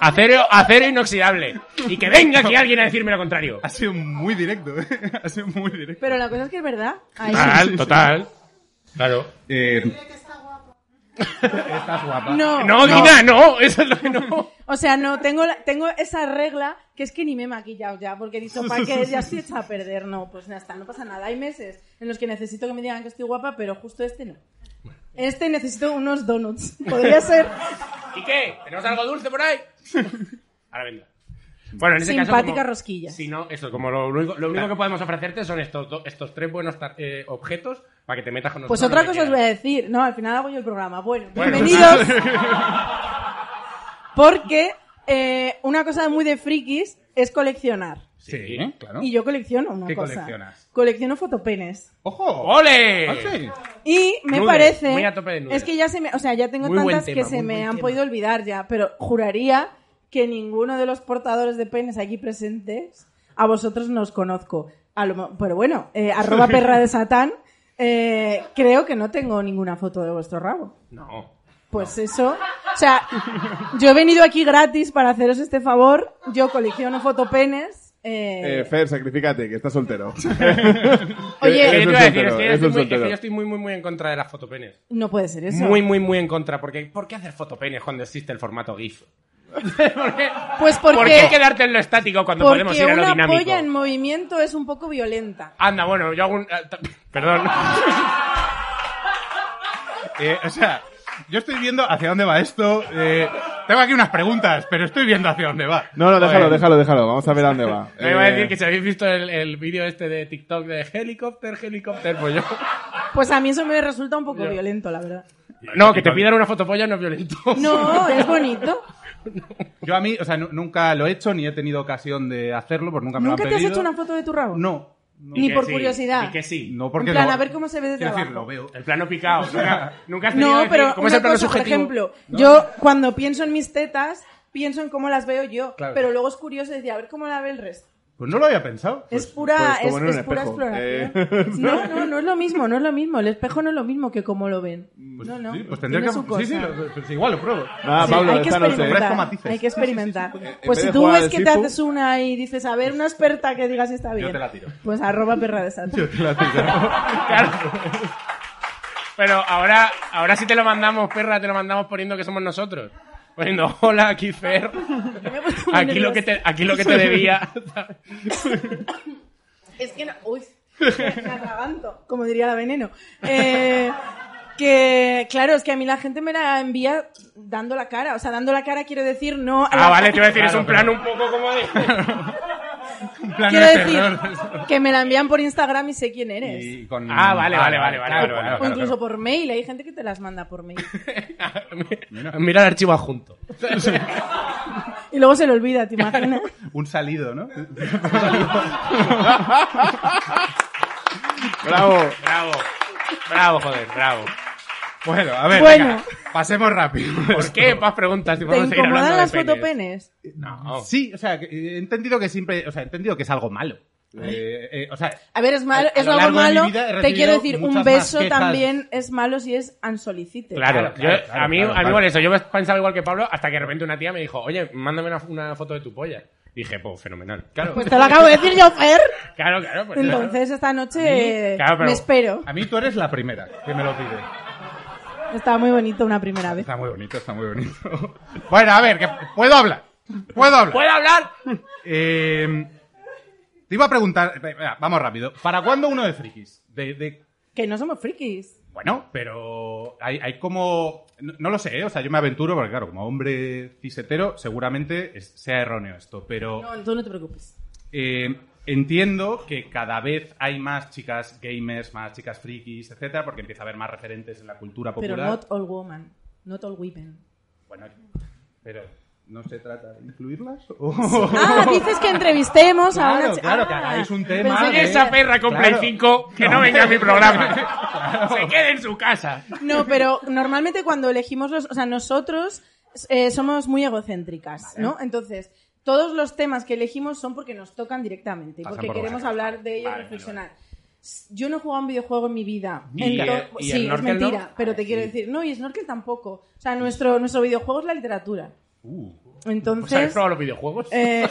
S2: Acero, acero inoxidable. Y que venga aquí alguien a decirme lo contrario.
S3: Ha sido muy directo, ¿eh? Ha sido muy directo.
S7: Pero la cosa es que es verdad. Ahí.
S2: Total, total. Claro.
S3: Estás guapa.
S7: No,
S2: No, Dina, no. Eso es lo que no.
S7: O sea, no, tengo, la- tengo esa regla que es que ni me he maquillado ya, porque he dicho, ¿para qué? Ya estoy hecha a perder. No, pues ya está, no pasa nada. Hay meses en los que necesito que me digan que estoy guapa, pero justo este no. Este necesito unos donuts. Podría ser
S2: ¿Y qué? ¿Tenemos algo dulce por ahí? Ahora vendrá. Bueno, en ese caso.
S7: simpática
S2: como-
S7: rosquilla.
S2: Si no, eso, como lo único, lo único que podemos ofrecerte son estos, do- estos tres buenos tar- eh, objetos para que te metas con nosotros.
S7: Pues otra
S2: lo que
S7: cosa os voy
S2: quieras.
S7: a decir. No, al final hago yo el programa. Bueno,
S2: Bueno.
S7: bienvenidos. Porque eh, una cosa muy de frikis es coleccionar.
S3: Sí, claro.
S7: Y yo colecciono una
S3: ¿Qué
S7: cosa.
S3: coleccionas?
S7: Colecciono fotopenes.
S3: ¡Ojo!
S2: ¡Ole!
S3: Ah, sí.
S7: Y me
S2: Nudes,
S7: parece.
S2: muy a tope de nudes.
S7: es que ya se me, o sea, ya tengo
S2: Muy buen
S7: tantas
S2: tema,
S7: que
S2: muy
S7: se me
S2: buen
S7: han
S2: tema.
S7: podido olvidar ya, pero juraría que ninguno de los portadores de penes aquí presentes a vosotros nos conozco. A lo mo- pero bueno, eh, arroba perra de satán, eh, creo que no tengo ninguna foto de vuestro rabo.
S2: No.
S7: Pues eso. O sea, yo he venido aquí gratis para haceros este favor. Yo colecciono fotopenes.
S1: Eh,
S7: Eh,
S1: Fer, sacrificate, que estás soltero.
S7: Oye,
S2: Es que
S1: es
S2: yo te
S1: un
S2: iba a decir,
S1: soltero,
S2: es que yo estoy
S1: es un
S2: muy- es que
S1: soltero.
S2: yo estoy muy, muy, muy en contra de las fotopenes.
S7: no puede ser eso.
S2: Muy, muy, muy en contra. Porque, ¿por qué hacer fotopenes cuando existe el formato GIF? ¿Por qué,
S7: Pues
S2: ¿Por qué
S7: porque,
S2: quedarte en lo estático cuando
S7: porque
S2: podemos ir a lo
S7: una
S2: dinámico?
S7: polla en movimiento es un poco violenta.
S2: Anda, bueno, yo hago un... ah, t- Perdón.
S3: Eh, o sea, yo estoy viendo hacia dónde va esto. eh, Tengo aquí unas preguntas, pero estoy viendo hacia dónde va.
S1: No, no, déjalo,
S3: Joder.
S1: déjalo, déjalo. Vamos a ver a dónde va.
S2: Me iba a
S1: Eh,
S2: decir que si habéis visto el, el vídeo este de TikTok de helicóptero, helicóptero, pues yo.
S7: Pues a mí eso me resulta un poco violento, la verdad.
S2: No, que te pidan una fotopolla no es violento.
S7: No, es bonito.
S3: Yo a mí, o sea, nu- nunca lo he hecho ni he tenido ocasión de hacerlo, porque nunca me
S7: ¿Nunca
S3: lo han
S7: te has
S3: pedido.
S7: hecho una foto de tu rabo?
S3: No.
S7: Ni por curiosidad.
S2: Y que sí.
S3: No, porque
S7: en plan,
S3: lo-
S7: a ver cómo se ve desde
S3: Quiero
S7: abajo.
S3: decir, lo veo.
S2: El plano picado. Nunca, nunca has tenido
S7: No,
S2: que decir,
S7: pero
S2: ¿Cómo es el
S7: una
S2: plano
S7: cosa, por
S2: subjetivo?
S7: ejemplo, yo cuando pienso en mis tetas, pienso en cómo las veo yo,
S3: Claro.
S7: pero luego es curioso decir, a ver cómo la ve el resto.
S3: Pues no lo había pensado.
S7: es pura,
S1: pues como
S7: es,
S1: en un
S7: es pura
S1: espejo.
S7: exploración. No, no, no es lo mismo, no es lo mismo. El espejo no es lo mismo que cómo lo ven. no, no.
S3: Sí, pues tendría
S7: Tiene
S3: que.
S7: su
S3: Sí, sí,
S7: cosa.
S3: lo- pues igual lo pruebo.
S1: Nada,
S7: Sí,
S1: Ah, Pablo,
S7: hay que
S1: esta noche.
S3: Ofrezco
S7: experimentar.
S3: matices.
S7: Hay que experimentar.
S1: En vez
S7: Pues si
S1: de
S7: tú
S1: jugar
S7: ves
S1: al
S7: que te
S1: Sifu-
S7: haces una y dices, a ver, una experta que diga si está bien.
S3: te la tiro.
S7: Pues arroba perra de santa.
S3: Yo te la tiro.
S2: Claro. Pero ahora, ahora sí te lo mandamos, perra, te lo mandamos poniendo que somos nosotros. Poniendo, hola, aquí Fer.
S7: Me he puesto muy
S2: Aquí lo que te, aquí lo que te debía.
S7: Es que no. Uy, me atraganto, como diría la veneno. Eh, que, claro, es que a mí la gente me la envía dando la cara. O sea, dando la cara quiero decir no. a la-
S2: Ah, vale, te iba a decir, es un
S3: Claro, pero-
S2: plan un poco como de...
S3: Un plano
S7: Quiero
S3: de
S7: decir
S3: terror.
S7: que me la envían por Instagram y sé quién eres.
S3: Y con-
S2: Ah, vale, vale, vale, vale,
S3: claro,
S2: vale,
S3: claro,
S7: o
S3: claro,
S7: incluso por mail, hay gente que te las manda por mail.
S2: Mira el archivo adjunto.
S7: Y luego se lo olvida, ¿te imaginas?
S3: claro. Un salido, ¿no?
S1: Bravo.
S2: Bravo. Bravo, joder, bravo.
S3: Bueno, a ver,
S7: Bueno.
S3: venga, pasemos rápido.
S2: ¿Por qué? Más preguntas. Si
S7: ¿Te
S2: podemos seguir hablando
S7: incomodan
S2: de
S7: las
S2: penes.
S7: fotopenes?
S2: No.
S3: Sí, o sea, que he entendido que siempre, o sea, he entendido que es algo malo. Eh, eh, o sea,
S7: A ver, es
S3: A-
S7: malo,
S3: a
S7: es
S3: lo
S7: algo
S3: largo de mi
S7: malo.
S3: vida he
S7: Te
S3: recibido
S7: quiero decir, un
S3: muchas más
S7: beso
S3: quejas.
S7: también es malo si es unsolicited.
S2: Claro,
S3: Claro, claro,
S2: yo-
S3: claro,
S2: a mí,
S3: claro,
S2: a mí
S3: claro.
S2: por eso, yo pensaba igual que Pablo, hasta que de repente una tía me dijo, oye, mándame una, una foto de tu polla. Dije, pues fenomenal.
S3: claro.
S7: Pues te lo acabo de decir yo, Fer.
S2: Claro, claro, pues, claro.
S7: Entonces esta noche eh,
S2: claro, pero-
S7: me espero.
S3: A mí tú eres la primera que me lo pide.
S7: Estaba muy bonito una primera vez.
S3: Está muy bonito, está muy bonito. Bueno, a ver, que puedo hablar. Puedo hablar.
S2: ¿Puedo hablar?
S3: Eh, te iba a preguntar, eh, venga, vamos rápido. ¿Para cuándo uno de frikis? De, de-
S7: Que no somos frikis.
S3: bueno, pero hay, hay como, no, no lo sé, ¿eh? o sea, yo me aventuro porque claro, como hombre cisetero, seguramente es- sea erróneo esto, pero
S7: No, tú no te preocupes.
S3: eh, entiendo que cada vez hay más chicas gamers, más chicas frikis, etcétera, porque empieza a haber más referentes en la cultura popular.
S7: Pero not all women. Not all women.
S3: Bueno, pero ¿no se trata de incluirlas?
S7: Ah, dices que entrevistemos a
S3: Claro,
S7: una chi-
S3: claro,
S7: Ah,
S3: que hagáis un tema
S7: pensé
S2: Oye,
S3: de-
S7: que-
S2: esa perra con
S3: Claro.
S2: Play 5, que no venga a mi programa. Se quede en su casa.
S7: No, pero normalmente cuando elegimos los... O sea, nosotros eh, somos muy egocéntricas, ¿no? Entonces, todos los temas que elegimos son porque nos tocan directamente, y
S3: Pasan
S7: porque
S3: por
S7: queremos
S3: vosotros.
S7: hablar de ellos y
S3: Vale,
S7: reflexionar. S- Yo no he jugado a un videojuego en mi vida.
S2: Y-
S7: Ento-
S2: y- y
S7: sí, es
S2: snorkel
S7: mentira,
S2: no.
S7: pero te quiero decir... No, y Snorkel tampoco. O sea, nuestro, nuestro videojuego es la literatura.
S3: Uh.
S2: Pues habéis
S7: Entonces...
S2: probado los videojuegos.
S7: Eh,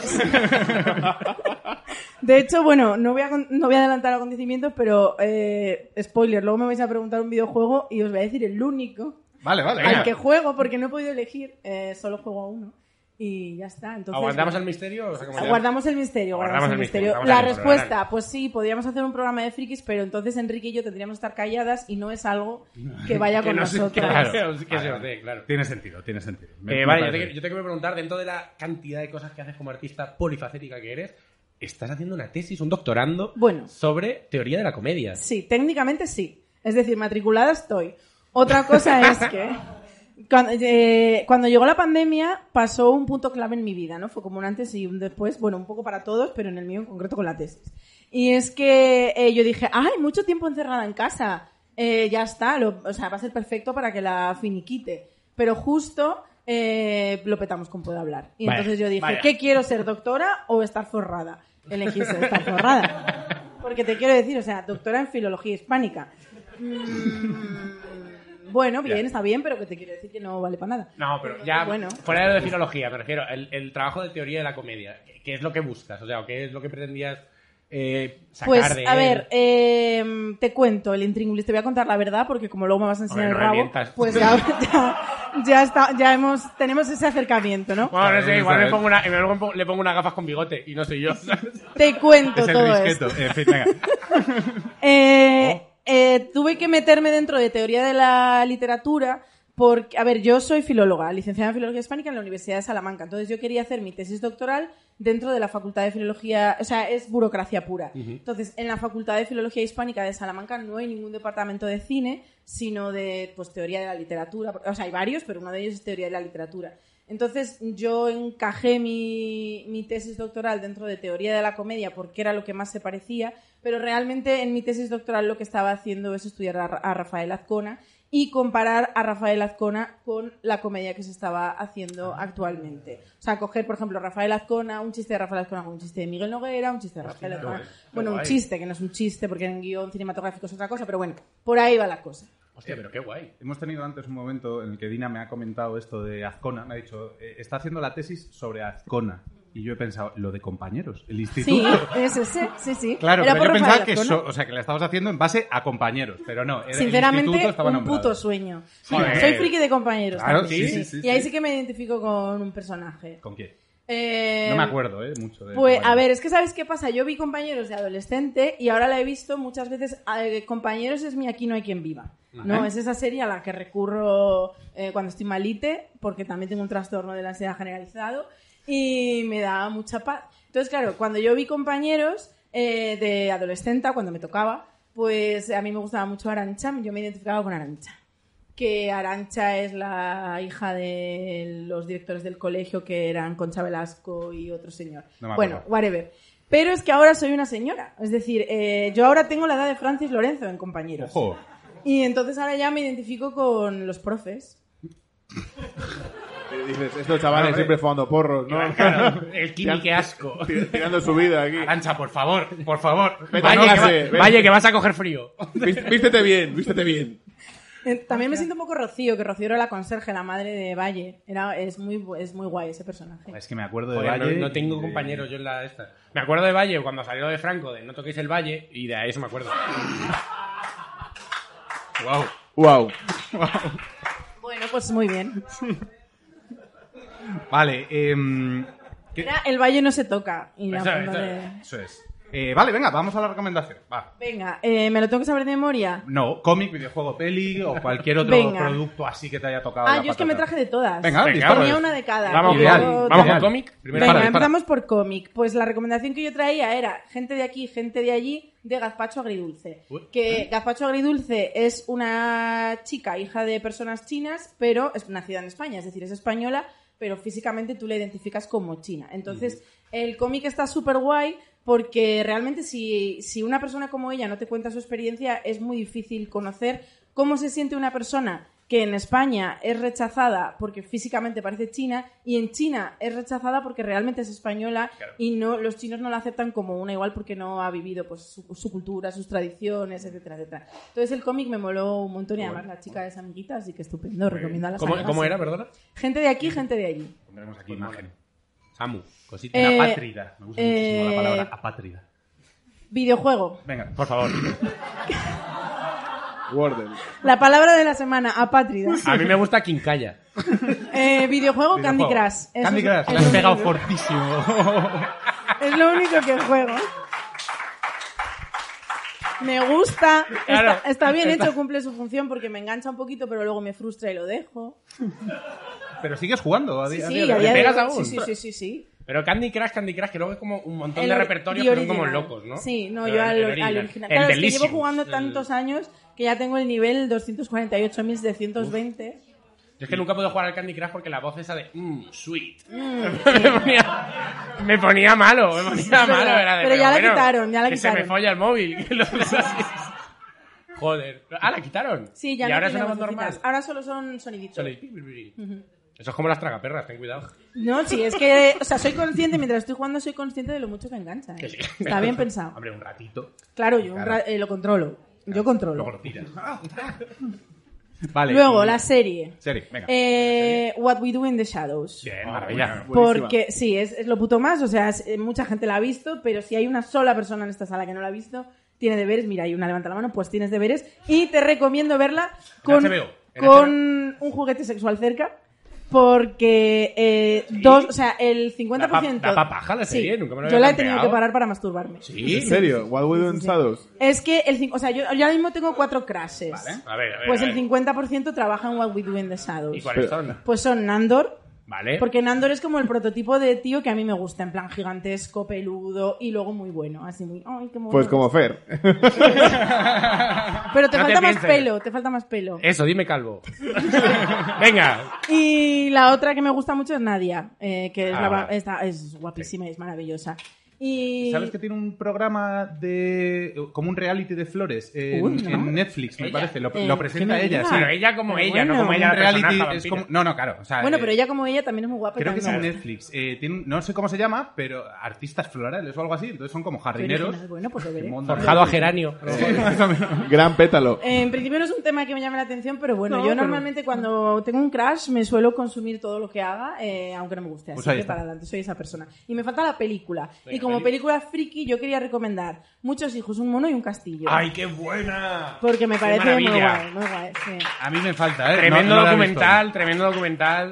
S7: de hecho, bueno, no voy a, con- no voy a adelantar acontecimientos, pero eh, spoiler, luego me vais a preguntar un videojuego y os voy a decir el único
S3: Vale, vale.
S7: al
S3: venga.
S7: que juego, porque no he podido elegir, eh, solo juego a uno. Y ya está. Entonces,
S2: ¿Aguantamos el misterio? O sea, como-
S7: Guardamos el misterio, guardamos,
S2: Guardamos
S7: el
S2: el
S7: misterio.
S2: misterio,
S7: La
S2: vamos a ver,
S7: respuesta, pues sí, podríamos hacer un programa de frikis, pero entonces Enrique y yo tendríamos que estar calladas y no es algo que vaya
S2: Que
S7: con
S2: no se-
S7: nosotros.
S2: claro, que
S3: Vale,
S2: se os dé,
S3: vale.
S2: claro.
S3: Tiene sentido, tiene sentido. Me-
S2: Eh,
S3: me
S2: vale, yo
S3: parece
S2: te, yo te quiero preguntar, dentro de la cantidad de cosas que haces como artista polifacética que eres, estás haciendo una tesis, un doctorando
S7: Bueno.
S2: sobre teoría de la comedia.
S7: Sí, técnicamente sí. Es decir, matriculada estoy. Otra cosa es que cuando, eh, cuando llegó la pandemia pasó un punto clave en mi vida, ¿no? Fue como un antes y un después, bueno, un poco para todos, pero en el mío en concreto con la tesis. Y es que eh, yo dije, ay, mucho tiempo encerrada en casa, Eh, ya está, lo- o sea, va a ser perfecto para que la finiquite. Pero justo eh, lo petamos con Puedo Hablar. Y
S2: Vaya,
S7: entonces yo dije,
S2: vaya.
S7: ¿qué quiero ser, doctora o estar forrada? Elegí ser estar forrada. Porque te quiero decir, o sea, doctora en filología hispánica. Mm, bueno, bien, está bien, pero que te quiero decir que no vale para nada.
S2: No, pero ya
S7: Bueno.
S2: fuera de lo de filología, me refiero, el, el trabajo de teoría de la comedia, ¿qué- ¿qué es lo que buscas? O sea, ¿qué es lo que pretendías eh, sacar
S7: Pues,
S2: de
S7: a
S2: él?
S7: ver, eh, te cuento el intríngulis. Te voy a contar la verdad porque como luego me vas a enseñar
S2: Hombre, no
S7: el rabo,
S2: revientas.
S7: pues ya, ya, ya está, ya hemos, tenemos ese acercamiento, ¿no?
S2: Bueno, no sé, igual
S3: A
S2: me
S3: ver.
S2: pongo una, me pongo- le pongo unas gafas con bigote y no soy yo. ¿sabes?
S7: Te cuento
S3: Es el
S7: todo
S3: brisqueto.
S7: esto.
S3: En fin, venga.
S7: Eh, eh, tuve que meterme dentro de teoría de la literatura Porque, a ver, yo soy filóloga, licenciada en Filología Hispánica en la Universidad de Salamanca. Entonces yo quería hacer mi tesis doctoral dentro de la Facultad de Filología, o sea, es burocracia pura. Entonces, en la Facultad de Filología Hispánica de Salamanca no hay ningún departamento de cine, sino de, pues, teoría de la literatura. O sea, hay varios, pero uno de ellos es teoría de la literatura. Entonces yo encajé mi, mi tesis doctoral dentro de teoría de la comedia porque era lo que más se parecía, pero realmente en mi tesis doctoral lo que estaba haciendo es estudiar a, Ra- a Rafael Azcona y comparar a Rafael Azcona con la comedia que se estaba haciendo
S3: Ah.
S7: actualmente. O sea, coger, por ejemplo, Rafael Azcona, un chiste de Rafael Azcona con un chiste de Miguel Noguera, un chiste de Rafael Azcona. Bueno, un chiste, que no es un chiste porque en guión cinematográfico es otra cosa, pero bueno, por ahí va la cosa.
S2: Hostia, pero qué guay.
S3: Hemos tenido antes un momento en el que Dina me ha comentado esto de Azcona. Me ha dicho, eh, está haciendo la tesis sobre Azcona. Y yo he pensado, lo de compañeros, el
S7: Sí,
S3: instituto.
S7: es ese, sí, sí.
S3: Claro,
S7: Era
S3: pero
S7: por
S3: yo
S7: Rafael
S3: pensaba que,
S7: Azcona.
S3: so- o sea, que la estabas haciendo en base a compañeros, pero no. era- el
S7: Sinceramente,
S3: instituto estaba
S7: un
S3: nombrado.
S7: puto sueño.
S3: Joder.
S7: Soy friki de compañeros.
S3: Claro,
S7: también,
S3: sí, sí, sí,
S7: Y
S3: sí.
S7: ahí sí que me identifico con un personaje.
S3: ¿Con quién?
S7: Eh,
S3: No me acuerdo, ¿eh? Mucho de
S7: Pues, a
S3: compañeros.
S7: ver, es que ¿sabes qué pasa? Yo vi compañeros de adolescente y ahora la he visto muchas veces. eh, compañeros es mi Aquí no hay quien viva. No, es esa serie a la que recurro eh, cuando estoy malite, porque también tengo un trastorno de la ansiedad generalizado y me da mucha paz. Entonces, claro, cuando yo vi compañeros eh, de adolescente, cuando me tocaba, pues a mí me gustaba mucho Arancha, yo me identificaba con Arancha que Arancha es la hija de los directores del colegio que eran Concha Velasco y otro señor.
S3: No me acuerdo.
S7: bueno, whatever. Pero es que ahora soy una señora. Es decir, eh, yo ahora tengo la edad de Francis Lorenzo en compañeros.
S3: Ojo.
S7: Y entonces ahora ya me identifico con los profes.
S1: Y dices, estos chavales
S3: Hombre.
S1: siempre fumando porros, ¿no?
S2: eh. Claro, el Kimi, qué asco.
S1: Tir- Tirando su vida aquí.
S3: Arancha, por favor, por favor.
S1: Vete a
S3: Vaya,
S1: clase,
S3: que va-
S1: vete.
S2: Vaya, que vas a coger frío.
S1: Vist- Vístete bien, vístete bien.
S7: Eh, También me siento un poco Rocío, que Rocío era la conserje, la madre de Valle. Era, es, muy, bu- es muy guay ese personaje.
S3: Es que me acuerdo de
S2: Joder,
S3: Valle.
S2: no, no
S3: y
S2: tengo
S3: de-
S2: compañeros yo en la esta. Me acuerdo de Valle cuando salió lo de Franco, de no toquéis el Valle, y de eso me acuerdo.
S3: Guau.
S1: Wow.
S7: Bueno, pues muy bien.
S3: Vale, em, ¿qué-
S7: Era El Valle no se toca. Y la
S2: Eso es,
S7: punta
S2: eso
S7: de-
S3: Eso es. Eh, vale, venga, vamos a la recomendación. Va.
S7: Venga, eh, ¿me lo tengo que saber de memoria?
S3: No, cómic, videojuego, peli o cualquier otro
S7: Venga.
S3: producto así que te haya tocado.
S7: Ah,
S3: la
S7: yo es que me
S3: patata.
S7: traje de todas.
S3: Venga,
S2: Venga,
S3: dispara.
S2: pues.
S7: Tenía una de cada.
S2: Vamos,
S7: Luego
S3: Ideal,
S2: con,
S7: otra.
S2: vamos con
S3: ideal.
S2: cómic. Primero
S7: Venga,
S3: Dispara, dispara.
S7: empezamos por cómic. Pues la recomendación que yo traía era gente de aquí, gente de allí, de Gazpacho Agridulce.
S3: Uy.
S7: Que Gazpacho Agridulce es una chica, hija de personas chinas, pero es nacida en España, es decir, es española, pero físicamente tú la identificas como china. Entonces, el cómic está súper guay porque realmente si, si una persona como ella no te cuenta su experiencia, es muy difícil conocer cómo se siente una persona que en España es rechazada porque físicamente parece china y en China es rechazada porque realmente es española y no los chinos no la aceptan como una igual porque no ha vivido pues su, su cultura, sus tradiciones, etcétera, etcétera. Entonces el cómic me moló un montón y además la chica es amiguita, así que estupendo, recomiendo a las
S2: ¿Cómo,
S7: amigas.
S2: cómo era, perdona?
S7: Gente de aquí, gente de allí.
S3: Pondremos aquí imagen.
S2: Samu, cosita.
S7: Eh,
S3: apátrida. Me gusta muchísimo la
S7: eh,
S3: palabra apátrida.
S7: Videojuego.
S3: Venga, por favor.
S1: Wordle.
S7: La palabra de la semana, apátrida.
S2: A mí me gusta Quincalla.
S7: Eh, videojuego, Candy
S3: Videojuego.
S7: Crush. Eso
S3: Candy
S7: es-
S3: Crush,
S7: es
S3: la has
S7: lo
S3: pegado
S7: único-
S3: fortísimo.
S7: Es lo único que juego. Me gusta,
S2: Claro.
S7: está, está bien hecho, cumple su función porque me engancha un poquito, pero luego me frustra y lo dejo.
S3: Pero sigues jugando a
S7: Sí,
S3: día, a
S7: sí,
S3: día de
S7: a
S3: hoy.
S7: día
S2: ¿Le
S7: de
S2: pegas
S7: hoy-
S2: aún?
S7: Sí, sí, sí, sí, sí.
S2: Pero Candy Crush, Candy Crush, que luego es como un montón
S7: El
S2: de
S7: ori-
S2: repertorios
S7: the
S2: que son como
S7: original.
S2: locos, ¿no?
S7: Sí, no,
S2: Pero
S7: yo
S2: el-
S7: al,
S2: el
S7: al
S2: original.
S7: original.
S2: El
S7: Claro, es que llevo
S2: Delicious.
S7: jugando
S2: El-
S7: tantos años que ya tengo el nivel 248.720.
S2: Yo es que nunca puedo jugar al Candy Crush porque la voz esa de mmm, sweet. me, ponía, me ponía malo, me ponía
S7: Mm, es
S2: malo.
S7: verdad.
S2: Era de,
S7: Pero ya la
S2: bueno,
S7: quitaron, ya la
S2: que se
S7: quitaron.
S2: me folla el móvil. que lo- Joder. Ah, la quitaron.
S7: Sí, ya
S2: y
S7: no
S2: ahora es
S7: tiene
S2: una voz
S7: vocecitas.
S2: normal.
S7: Ahora solo son soniditos.
S2: Solo el pi, pi, pi. Eso es como las tragaperras, ten cuidado.
S7: No, sí, es que, o sea, soy consciente, mientras estoy jugando soy consciente de lo mucho que engancha. ¿eh?
S2: Que sí.
S7: Está bien pensado.
S2: Hombre, un ratito.
S7: Claro, yo un ra- eh, lo controlo. Yo controlo.
S2: Luego lo tiras.
S3: Vale.
S7: Luego,
S3: y-
S7: la serie.
S3: Serie, venga.
S7: Eh, What We Do in the Shadows.
S2: Bien, maravilla.
S1: Buenísima.
S7: Porque sí, es, es lo puto más, o sea, es- eh, mucha gente la ha visto, pero si hay una sola persona en esta sala que no la ha visto, tiene deberes, mira, hay una levanta la mano, pues tienes deberes y te recomiendo verla
S2: En
S7: con,
S2: HBO, en
S7: con un juguete sexual cerca. porque eh, dos, o sea, el 50%...
S2: Da pa- da pa paja la serie, nunca me lo
S7: Yo
S2: había
S7: la he tenido
S2: planteado.
S7: que parar para masturbarme.
S2: Sí.
S1: ¿En serio? ¿What we do in Shadows?
S7: Es que el cin- o sea, yo, yo ahora mismo tengo cuatro crashes.
S2: ¿eh? A ver, a ver.
S7: Pues
S2: a
S7: el
S2: ver.
S7: 50% trabaja en What We Do in the
S2: ¿Y ¿Eh?
S7: Shadows.
S2: cuáles son?
S7: Pues son Nandor,
S2: Vale.
S7: porque Nandor es como el prototipo de tío que a mí me gusta, en plan gigantesco, peludo y luego muy bueno, así muy, ay, qué mono.
S1: Pues como Fer.
S7: Pero te
S2: No te
S7: falta más
S2: pienses. Eh.
S7: pelo, te falta más pelo.
S2: Eso, dime calvo. Venga.
S7: Y la otra que me gusta mucho es Nadia, eh, que es,
S2: Ah,
S7: la va-
S2: vale.
S7: está- es guapísima y es maravillosa. Y
S3: ¿Sabes que tiene un programa de. como un reality de flores en,
S7: Uy, no.
S3: en Netflix, me
S2: Ella.
S3: parece? Lo,
S7: Eh,
S3: lo presenta
S7: ¿qué me
S3: ella,
S7: digas?
S3: sí.
S2: Pero ella como
S7: Pero
S2: ella,
S7: bueno,
S2: no como ella
S3: Un
S2: la
S3: reality
S2: personaja
S3: es
S2: vampira.
S3: como. No, no, claro. o sea,
S7: bueno,
S3: eh,
S7: pero ella como ella también es muy guapa. y
S3: Creo que es
S7: también
S3: en
S7: me gusta.
S3: Netflix. Eh, tiene un- no sé cómo se llama, pero artistas florales o algo así. Entonces son como
S7: Qué
S3: jardineros.
S7: original, Bueno, pues lo veré.
S3: Montan-
S2: Forjado a geranio.
S1: Gran pétalo.
S2: Eh,
S7: En principio no es un tema que me llame la atención, pero bueno,
S3: No,
S7: yo
S3: pero-
S7: normalmente cuando tengo un crash me suelo consumir todo lo que haga, eh, aunque no me guste. Así
S3: Pues ahí
S7: que
S3: está.
S7: para adelante, soy esa persona. Y me falta la película.
S2: Venga,
S7: y como
S2: peli.
S7: película friki, yo quería recomendar Muchos hijos, un mono y un castillo.
S2: ¡Ay, qué buena!
S7: porque me
S2: qué
S7: parece muy
S2: maravilla.
S7: guay, muy guay. sí.
S3: A mí me falta, ¿eh?
S2: Tremendo
S3: No- no la he
S2: documental, tremendo documental.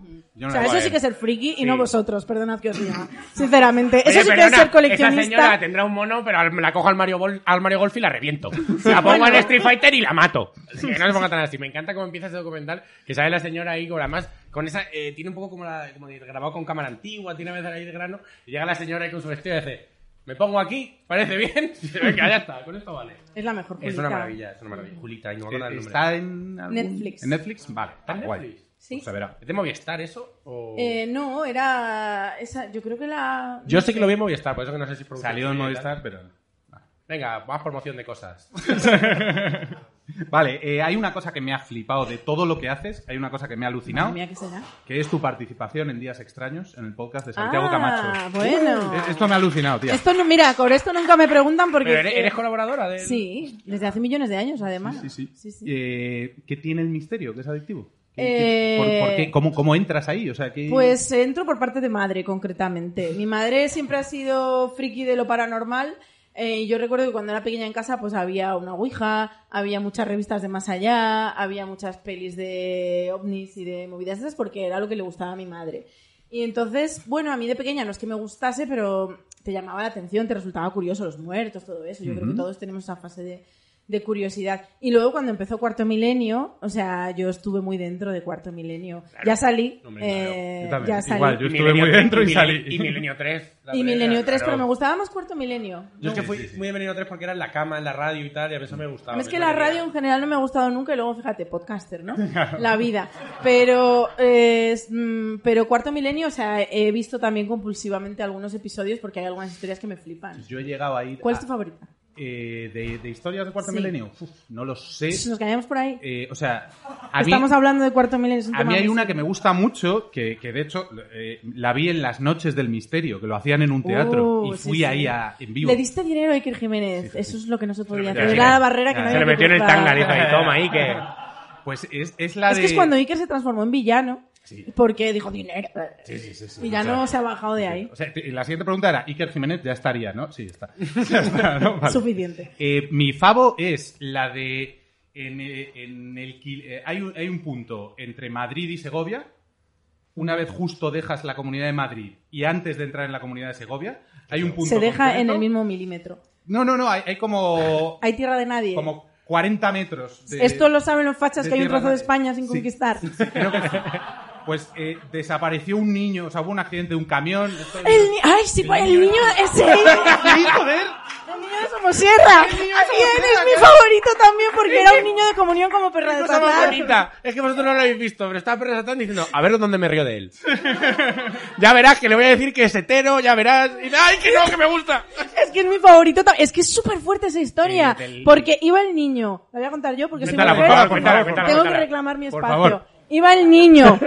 S3: visto. Yo no
S7: O
S3: la
S7: sea,
S3: he
S7: eso
S3: visto.
S7: sí que es ser friki y
S2: Sí.
S7: no vosotros, perdonad que os diga. Sinceramente, eso
S2: Oye,
S7: sí que es
S2: perdona,
S7: ser
S2: Esa señora
S7: coleccionista.
S2: tendrá un mono, pero al- me la cojo al Mario, Bol- al Mario Golf y la reviento. La pongo en Street Fighter y la mato. Que no se ponga tan así. Me encanta cómo empieza ese documental, que sale la señora ahí con la más, con esa, eh, tiene un poco como, la, como de grabado con cámara antigua, tiene a veces ahí el grano, y llega la señora ahí con su vestido y dice, me pongo aquí, parece bien, y dice, venga, ya está, con esto vale.
S7: Es la mejor
S2: Es
S7: publicidad.
S2: una maravilla, es una maravilla. Julita, ahí no me acuerdo el nombre.
S3: Eh, ¿Está en algún-
S7: Netflix.
S3: ¿En Netflix? Vale,
S2: ¿Está en
S3: guay.
S2: Netflix?
S7: Sí.
S3: Pues se verá.
S2: ¿Es de Movistar eso? O...
S7: Eh, no, era esa, yo creo que la
S2: Yo sé que lo vi en Movistar, por eso que no sé si es producción
S3: Salió en
S2: suya y tal.
S3: Movistar, pero.
S2: Venga, más promoción de cosas.
S3: Vale, eh, hay una cosa que me ha flipado de todo lo que haces. Hay una cosa que me ha alucinado.
S7: Madre mía, ¿qué será?
S3: que es tu participación en Días Extraños en el podcast de Santiago
S7: Ah,
S3: Camacho.
S7: bueno.
S3: Eh, Esto me ha alucinado, tío.
S7: Esto no, mira, con esto nunca me preguntan porque
S2: ¿Pero eres, eres colaboradora de
S7: Sí, desde hace millones de años además.
S3: Sí, sí.
S7: Sí, sí.
S3: Eh, ¿Qué tiene el misterio? ¿Qué es adictivo? ¿Qué-
S7: Eh,
S3: qué- por, por qué? ¿Cómo, cómo entras ahí? O sea, ¿qué-
S7: Pues entro por parte de madre, concretamente. Mi madre siempre ha sido friki de lo paranormal. eh, y yo recuerdo que cuando era pequeña en casa, pues había una Ouija, había muchas revistas de más allá, había muchas pelis de ovnis y de movidas esas, porque era lo que le gustaba a mi madre. Y entonces, bueno, a mí de pequeña no es que me gustase, pero te llamaba la atención, te resultaba curioso los muertos, todo eso. Yo creo que todos tenemos esa fase de, de curiosidad. Y luego cuando empezó Cuarto Milenio, o sea, yo estuve muy dentro de Cuarto Milenio. ya salí,
S2: hombre, claro.
S7: eh,
S3: Yo también.
S7: ya salí.
S3: Igual, yo
S2: Y
S3: estuve
S2: Milenio
S3: muy
S2: tres,
S3: dentro y
S2: Milenio-
S3: salí.
S2: Y Milenio 3.
S7: Y Milenio 3, pero me gustaba más Cuarto Milenio.
S2: Yo es que fui
S3: Sí, sí, sí.
S2: muy de Milenio 3 porque era en la cama, en la radio y tal, y a veces me
S3: Ah,
S2: gustaba.
S7: es que
S2: Milenio
S7: la radio en general no me ha gustado nunca y luego fíjate, podcaster, ¿no? La vida. Pero, eh, es, mm, pero Cuarto Milenio, o sea, he visto también compulsivamente algunos episodios porque hay algunas historias que me flipan.
S3: Yo he llegado a ir.
S7: ¿Cuál es
S3: a-
S7: tu favorita?
S3: eh, de, de historias de cuarto
S7: Sí.
S3: milenio? Uf, no lo sé.
S7: Nos callamos por ahí.
S3: Eh, o sea, a mí,
S7: Estamos hablando de Cuarto Milenio. es un
S3: a
S7: tema
S3: mí hay
S7: muy
S3: una que me gusta mucho, que, que de hecho eh, la vi en las noches del misterio, que lo hacían en un teatro.
S7: Uh,
S3: y
S7: sí,
S3: fui
S7: sí.
S3: ahí a- en vivo.
S7: Le diste dinero a Iker Jiménez. Eso es lo que no se podía hacer.
S2: metió-
S7: Era la barrera que
S3: Ya,
S7: no
S2: Se le
S7: había que
S2: metió en el
S7: cruzar.
S2: tanganizo ahí, toma ahí, que...
S3: Pues es, es la
S7: Es
S3: de.
S7: que es cuando Iker se transformó en villano.
S3: Sí.
S7: Porque dijo dinero.
S3: Sí, sí, sí, sí.
S7: Y ya
S3: O sea,
S7: no se ha bajado de ahí.
S3: O sea, te- la siguiente pregunta era, Iker Jiménez ya estaría, ¿no? Sí, está. Ya está, ¿no? Vale.
S7: Suficiente.
S3: Eh, mi favo es la de... En, eh, en el, ki- eh, hay, un, hay un punto entre Madrid y Segovia. Una vez justo dejas la comunidad de Madrid y antes de entrar en la comunidad de Segovia, hay un punto.
S7: Se deja en
S3: concreto-
S7: el mismo milímetro.
S3: No, no, no, hay, hay como,
S7: Hay tierra de nadie.
S3: como 40 metros. De,
S7: Esto lo saben los fachas
S3: de
S7: que hay un
S3: tierra
S7: trozo de
S3: nadie.
S7: España sin
S3: Sí.
S7: conquistar.
S3: Creo que sí. Pues eh, desapareció un niño, o sea, hubo un accidente de un camión. Esto-
S7: El ni- ¡Ay, sí, pues, el niño ese!
S3: Sí, joder!
S7: ¡El niño de Somosierra!
S3: El
S7: ¿Quién
S3: niño de Somosierra,
S7: es mi
S3: claro.
S7: favorito también? Porque era un niño de comunión como perra de
S2: Cosa más
S7: Satán.
S2: bonita. Es que vosotros no lo habéis visto, pero estaba Perra Satán diciendo, a ver dónde me río de él. ya verás que le voy a decir que es hetero, ya verás. Y, ¡Ay, que no, que me gusta!
S7: Es que es mi favorito. tam- Es que es súper fuerte esa historia.
S2: Sí, del-
S7: Porque iba el niño. La voy a contar yo porque soy
S2: Cuéntala,
S7: mujer.
S2: por favor, cuéntala, cuéntala,
S7: Tengo que
S2: cuéntala.
S7: reclamar mi
S3: Por
S7: espacio.
S3: favor.
S7: Iba el niño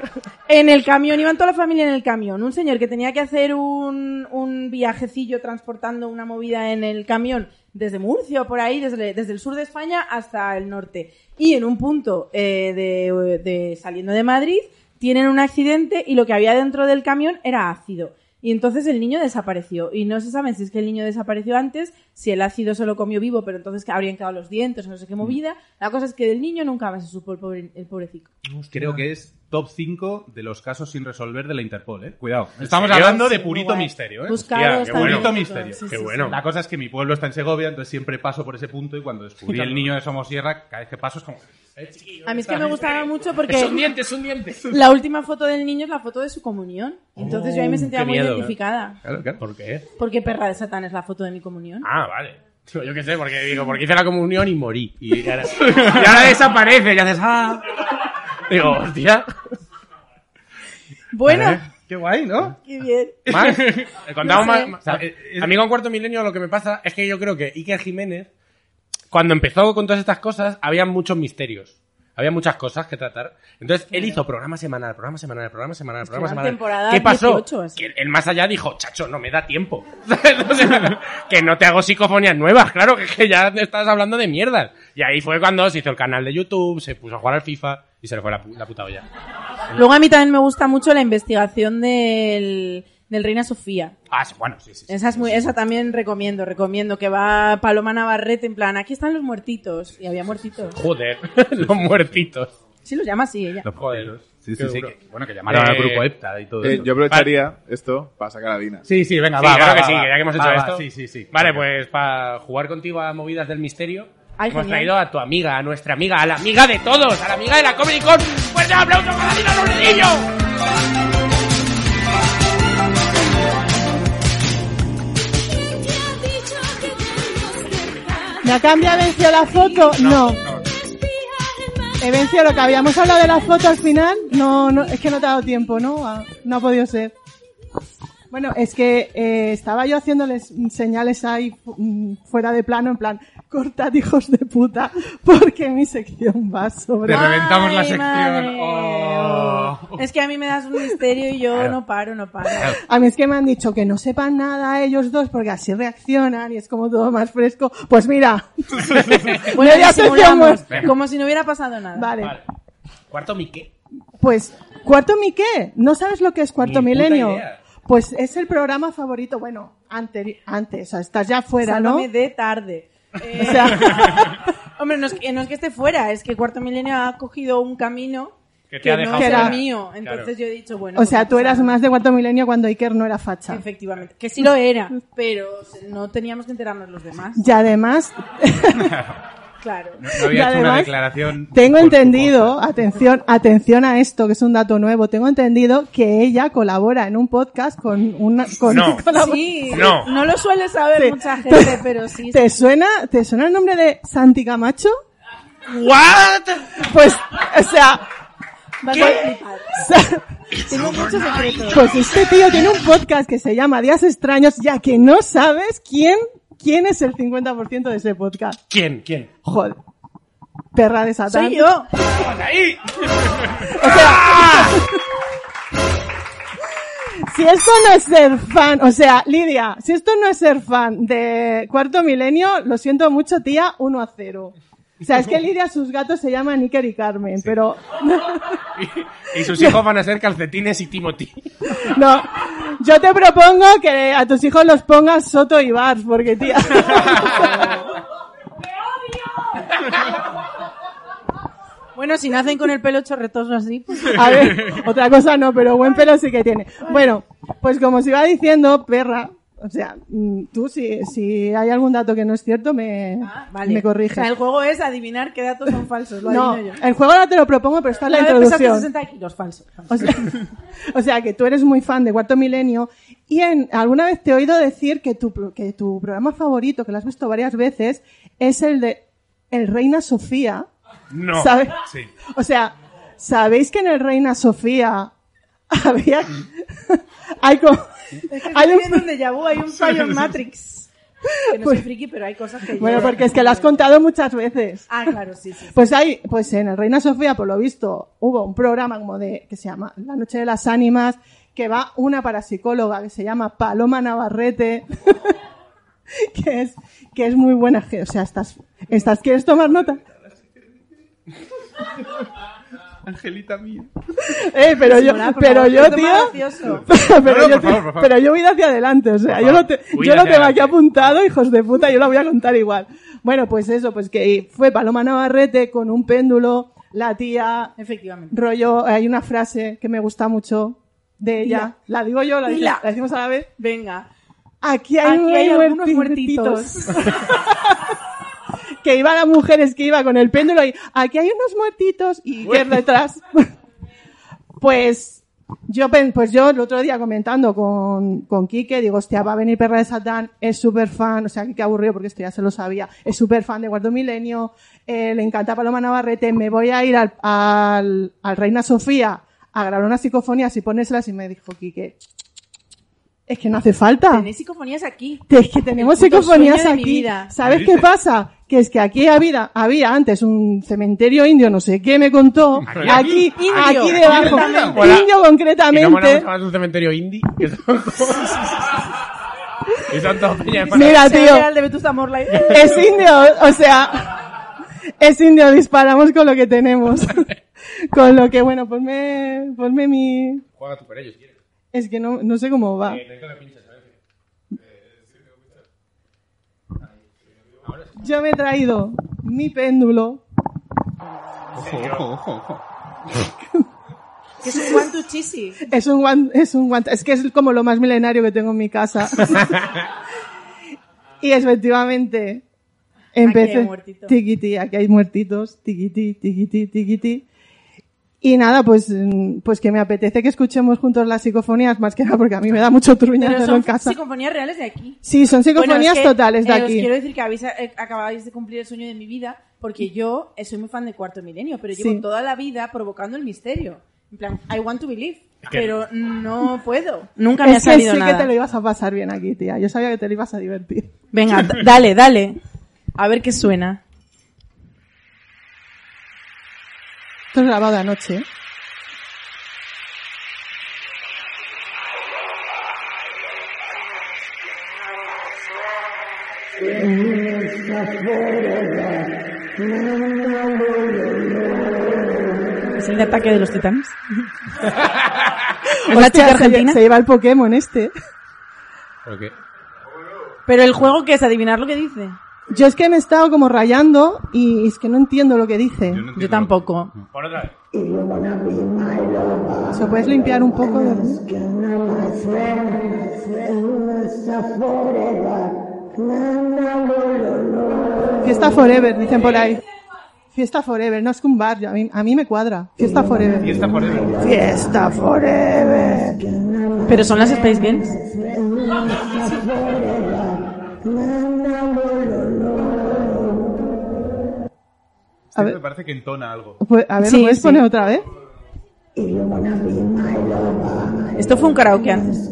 S7: en el camión, iban toda la familia en el camión. Un señor que tenía que hacer un, un viajecillo transportando una movida en el camión desde Murcia o por ahí, desde, desde el sur de España hasta el norte. Y en un punto eh, de, de- saliendo de Madrid, tienen un accidente y lo que había dentro del camión era ácido. Y entonces el niño desapareció. Y no se sabe si es que el niño desapareció antes, si el ácido se lo comió vivo, pero entonces que habrían quedado los dientes, no sé qué movida. La cosa es que del niño nunca más se supo el, pobre, el pobrecito.
S3: Creo que es top 5 de los casos sin resolver de la Interpol, ¿eh? Cuidado. Estamos
S2: serio?
S3: hablando de purito
S7: Guay.
S3: misterio, ¿eh?
S7: Buscaros
S2: qué
S7: también.
S2: bueno.
S3: Purito misterio.
S7: Sí,
S2: Qué
S7: sí,
S2: bueno.
S3: La cosa es que mi pueblo está en Segovia, entonces siempre paso por ese punto y cuando descubrí el niño de Somosierra, cada vez que paso es como... "Eh,
S7: sí.
S3: chiquillo,
S7: A mí es que me
S3: ¿dónde está
S7: gustaba
S3: mi
S7: mucho
S2: Es un
S7: porque
S2: diente, es un diente.
S7: la última foto del niño es la foto de su comunión. Entonces yo ahí me
S2: Oh,
S7: sentía
S2: qué
S7: muy
S2: miedo, ¿eh?
S7: identificada.
S3: Claro, claro.
S2: ¿Por qué?
S7: Porque perra de Satán es la foto de mi comunión.
S2: Ah, vale. Digo, Yo qué sé, porque digo, porque hice la comunión y morí. Y ahora, y ahora desaparece, y haces, ah. Digo, hostia.
S7: Bueno,
S2: ¿Eh?
S3: Qué guay, ¿no?
S7: qué bien.
S2: Más. Eh, contamos
S7: No sé.
S2: más- más- o sea, eh, a mí con Cuarto Milenio lo que me pasa es que yo creo que Iker Jiménez, cuando empezó con todas estas cosas, había muchos misterios. Había muchas cosas que tratar. Entonces, él hizo programa semanal, programa semanal, programa semanal, programa
S7: era
S2: semanal.
S7: temporada
S2: ¿Qué pasó?
S7: 18 es.
S2: que el más allá dijo, chacho, no me da tiempo. O sea, que no te hago psicofonías nuevas, claro, que, que ya estás hablando de mierdas. Y ahí fue cuando se hizo el canal de YouTube, se puso a jugar al FIFA y se le fue la, pu- la puta olla.
S7: Luego a mí también me gusta mucho la investigación del, del Reina Sofía.
S2: Ah, sí, bueno, sí, sí. sí.
S7: Esa, es muy, esa también recomiendo, recomiendo que va Paloma Navarrete en plan, aquí están los muertitos. Y había muertitos.
S2: Joder, los muertitos.
S7: Sí, los llama así ella.
S2: Joder.
S3: Sí,
S2: Qué
S3: sí, sí.
S2: duro.
S3: que- bueno, que llamaron al
S2: Eh,
S3: grupo EPTA y todo
S1: Eh,
S3: eso.
S1: yo aprovecharía esto para sacar a Dina.
S3: Sí, sí, venga,
S2: Sí,
S3: Ah, va,
S2: claro
S3: va,
S2: que
S3: va,
S2: sí,
S3: va.
S2: que ya que hemos
S3: Va,
S2: hecho
S3: va,
S2: esto.
S3: Sí, sí, sí.
S2: Vale,
S3: Venga.
S2: pues para jugar contigo a movidas del misterio,
S7: Ay,
S2: hemos
S7: genial.
S2: traído a tu amiga, a nuestra amiga, a la amiga de todos, a la amiga de la Comic Con. ¡Fuerte aplauso para Dina Lorenillo!
S4: ¿La cambia venció la foto? No. He vencido lo que habíamos hablado de la foto al final. No, no, es que no te ha dado tiempo, ¿no? Ah, no ha podido ser. Bueno, es que eh, estaba yo haciéndoles mm, señales ahí fu- mm, fuera de plano, en plan, cortad hijos de puta, porque mi sección va sobre...
S3: Te reventamos la
S7: Ay,
S3: sección.
S7: madre.
S3: Oh.
S7: Es que a mí me das un misterio y yo no paro, no paro.
S4: A mí es que me han dicho que no sepan nada ellos dos porque así reaccionan y es como todo más fresco. Pues mira,
S7: Bueno,
S4: media sección
S7: disimulamos,
S4: muerta.
S7: como si no hubiera pasado nada.
S4: Vale,
S2: Vale. Cuarto Miquel.
S4: pues cuarto mi qué, ¿no sabes lo que es cuarto
S2: Ni puta
S4: milenio?
S2: idea.
S4: Pues es el programa favorito, bueno, anteri- antes, o sea, estás ya fuera, ¿no?
S7: Sálvame de tarde. Eh,
S4: O sea,
S7: hombre, no es, que, no es que esté fuera, es que Cuarto Milenio ha cogido un camino
S2: Que te
S7: que
S2: ha
S7: no
S2: dejado
S7: era
S4: fuera.
S7: mío. Entonces
S2: Claro.
S7: yo he dicho, bueno.
S4: o
S7: pues
S4: sea,
S7: no
S4: tú
S7: pasa
S4: eras
S7: nada.
S4: más de cuarto milenio cuando Iker no era facha.
S7: Efectivamente. Que sí lo era, pero no teníamos que enterarnos los demás.
S4: Y además,
S7: Claro.
S3: No había
S4: Y
S3: hecho una
S4: además,
S3: declaración. por
S4: Tengo
S3: su
S4: entendido,
S3: contra.
S4: atención, atención a esto, que es un dato nuevo, tengo entendido que ella colabora en un podcast con una... Con,
S2: No.
S4: con la-
S7: Sí,
S2: No.
S7: no lo suele saber
S4: Sí.
S7: mucha gente, pero sí.
S4: ¿Te suena, ¿Te suena el nombre de Santi Camacho?
S2: ¿What?
S4: Pues, o sea,
S7: Vas a flipar.
S4: sa-
S7: Tengo muchos secretos.
S4: pues este tío tiene un podcast que se llama Días Extraños, ya que no sabes quién, quién es el 50% de ese podcast.
S2: ¿Quién? ¿Quién?
S4: Joder. Perra de Satán.
S7: Soy yo.
S2: ¡Ahí!
S4: Si esto no es ser fan, o sea, Lidia, si esto no es ser fan de Cuarto Milenio, lo siento mucho, tía, 1 a 0. O sea, es que Lidia, sus gatos se llaman Iker y Carmen, pero
S2: Y sus hijos van a ser calcetines y Timothy.
S4: no. Yo te propongo que a tus hijos los pongas Soto y Bars, porque tía.
S7: Bueno, si nacen con el pelo chorretoso así, pues
S4: A ver, otra cosa no, pero buen pelo sí que tiene. Bueno, pues como os iba diciendo, perra, o sea, mm, tú si, si hay algún dato que no es cierto, me,
S7: Ah, vale.
S4: me corriges.
S7: O sea, el juego es adivinar qué datos son falsos. Lo
S4: No,
S7: adivino yo.
S4: el juego no te lo propongo, pero está en la
S7: Una vez pesó
S4: introducción.
S7: 60 kilos falsos.
S4: O sea, o sea, que tú eres muy fan de Cuarto Milenio y en, alguna vez te he oído decir que tu, pro- que tu programa favorito, que lo has visto varias veces, es el de El Reina Sofía.
S2: No.
S4: ¿Sabe?
S2: Sí.
S4: O sea, ¿sabéis que en El Reina Sofía había... hay como...
S7: Es que
S4: hay
S7: estoy
S4: un-
S7: viendo un déjà vu, hay un fallo en Matrix. Que no soy friki, pero hay cosas que yo-
S4: Pues, Bueno, porque es que lo has contado muchas veces.
S7: Ah, claro, sí, sí. sí.
S4: Pues hay, pues en el Reina Sofía, por lo visto, hubo un programa como de, que se llama La Noche de las Ánimas, que va una parapsicóloga que se llama Paloma Navarrete, que es, que es muy buena, ge- o sea, estás, estás, ¿quieres tomar nota?
S3: Angelita mía.
S4: Eh, pero yo,
S7: Mola, por
S4: pero
S7: favor,
S4: yo,
S7: que es lo más
S4: tío,
S7: gracioso.
S4: pero
S3: No, no, por
S4: yo,
S3: favor,
S4: tío,
S3: por favor.
S4: pero yo voy de hacia adelante, o sea,
S2: Por
S4: yo lo,
S2: favor,
S4: te-
S2: huid
S4: yo lo
S2: hacia
S4: tengo aquí
S2: adelante.
S4: apuntado, hijos de puta, yo la voy a contar igual. Bueno, pues eso, pues que fue Paloma Navarrete con un péndulo, la tía,
S7: Efectivamente.
S4: rollo, hay una frase que me gusta mucho de ella. La digo yo, la, dice-
S7: Dila.
S4: la decimos a la vez.
S7: Venga.
S4: Aquí hay,
S7: Aquí hay algunos
S4: que iba las mujeres que iba con el péndulo y aquí hay unos muertitos y que detrás. pues yo pen- pues yo el otro día comentando con, con Quique, digo, hostia, va a venir Perra de Satán, es súper fan, o sea, qué aburrido porque esto ya se lo sabía, es súper fan de Guardo Milenio, eh, le encanta Paloma Navarrete, me voy a ir al, al, al Reina Sofía a grabar unas psicofonías y ponérselas y me dijo Quique, es que no hace falta.
S7: Tenéis psicofonías aquí.
S4: Es que tenemos
S7: El puto
S4: psicofonías
S7: sueño de mi
S4: aquí.
S7: vida.
S4: ¿Sabes
S3: ¿Qué
S4: qué
S3: dices?
S4: pasa? Que es que aquí había, había antes un cementerio indio, no sé qué me contó. Aquí,
S7: Indio.
S4: aquí
S7: Indio
S4: debajo.
S3: concretamente.
S2: Hola.
S4: Indio
S2: Y no mola
S4: concretamente.
S2: mucho más un cementerio indie. que son- y son todo peña de fan-
S4: Mira,
S7: Se ve al
S4: tío.
S7: de Vetusta Morley.
S4: Es indio, o sea. Es indio, disparamos con lo que tenemos. con lo que, bueno, ponme, ponme mi.
S2: Juega tú por ellos, si quieres.
S4: Es que no, no sé cómo va.
S2: Eh, necesito que pinches, a ver. Eh,
S4: Yo me he traído mi péndulo.
S3: Ojo, ojo, ojo, ojo.
S7: Que es un guantu chisi.
S4: Es un guante, es un guante, es que es como lo más milenario que tengo en mi casa. y efectivamente,
S7: Aquí hay un
S4: empecé,
S7: muertito.
S4: tiquiti, aquí hay muertitos, tiquiti, tiquiti, tiquiti. Y nada, pues, mm, pues que me apetece que escuchemos juntos las psicofonías, más que nada porque a mí me da mucho truño
S7: Pero
S4: hacerlo en
S7: son
S4: casa.
S7: psicofonías reales de aquí.
S4: Sí, son psicofonías
S7: Bueno, es que,
S4: totales de
S7: eh, Os
S4: aquí.
S7: quiero decir que habéis, eh, acabáis de cumplir el sueño de mi vida, porque yo eh, soy muy fan de Cuarto Milenio, pero llevo
S4: Sí.
S7: toda la vida provocando el misterio. En plan, I want to believe,
S2: que-
S7: pero no puedo. Nunca me ha
S4: Es que
S7: salido
S4: sí que
S7: nada.
S4: te lo ibas a pasar bien aquí, tía. Yo sabía que te lo ibas a divertir.
S7: Venga, d- dale, dale. A ver qué suena.
S4: Esto es grabado anoche. ¿eh?
S7: Es el de ataque de los titanes.
S4: Hostia,
S7: Una chica
S4: se-
S7: argentina.
S4: se lleva el Pokémon este.
S2: ¿Pero qué?
S7: Pero el juego que es adivinar lo que dice.
S4: Yo es que me he estado como rayando y es que no entiendo lo que dice.
S3: Yo no entiendo.
S7: Yo tampoco.
S2: Por otra vez.
S4: ¿Se puedes limpiar un poco? de- Fiesta Forever, dicen por ahí. Fiesta Forever, no es que un bar, yo- a mí, a mí me cuadra. Fiesta
S3: Y
S4: Forever.
S3: esta por el-
S4: Fiesta Forever.
S7: Pero son las Space Games.
S4: A
S3: Este Me
S4: ver,
S3: parece que entona algo.
S4: pues, a ver, ¿lo
S7: Sí,
S4: puedes
S7: sí.
S4: poner otra vez?
S7: Esto fue un karaoke antes.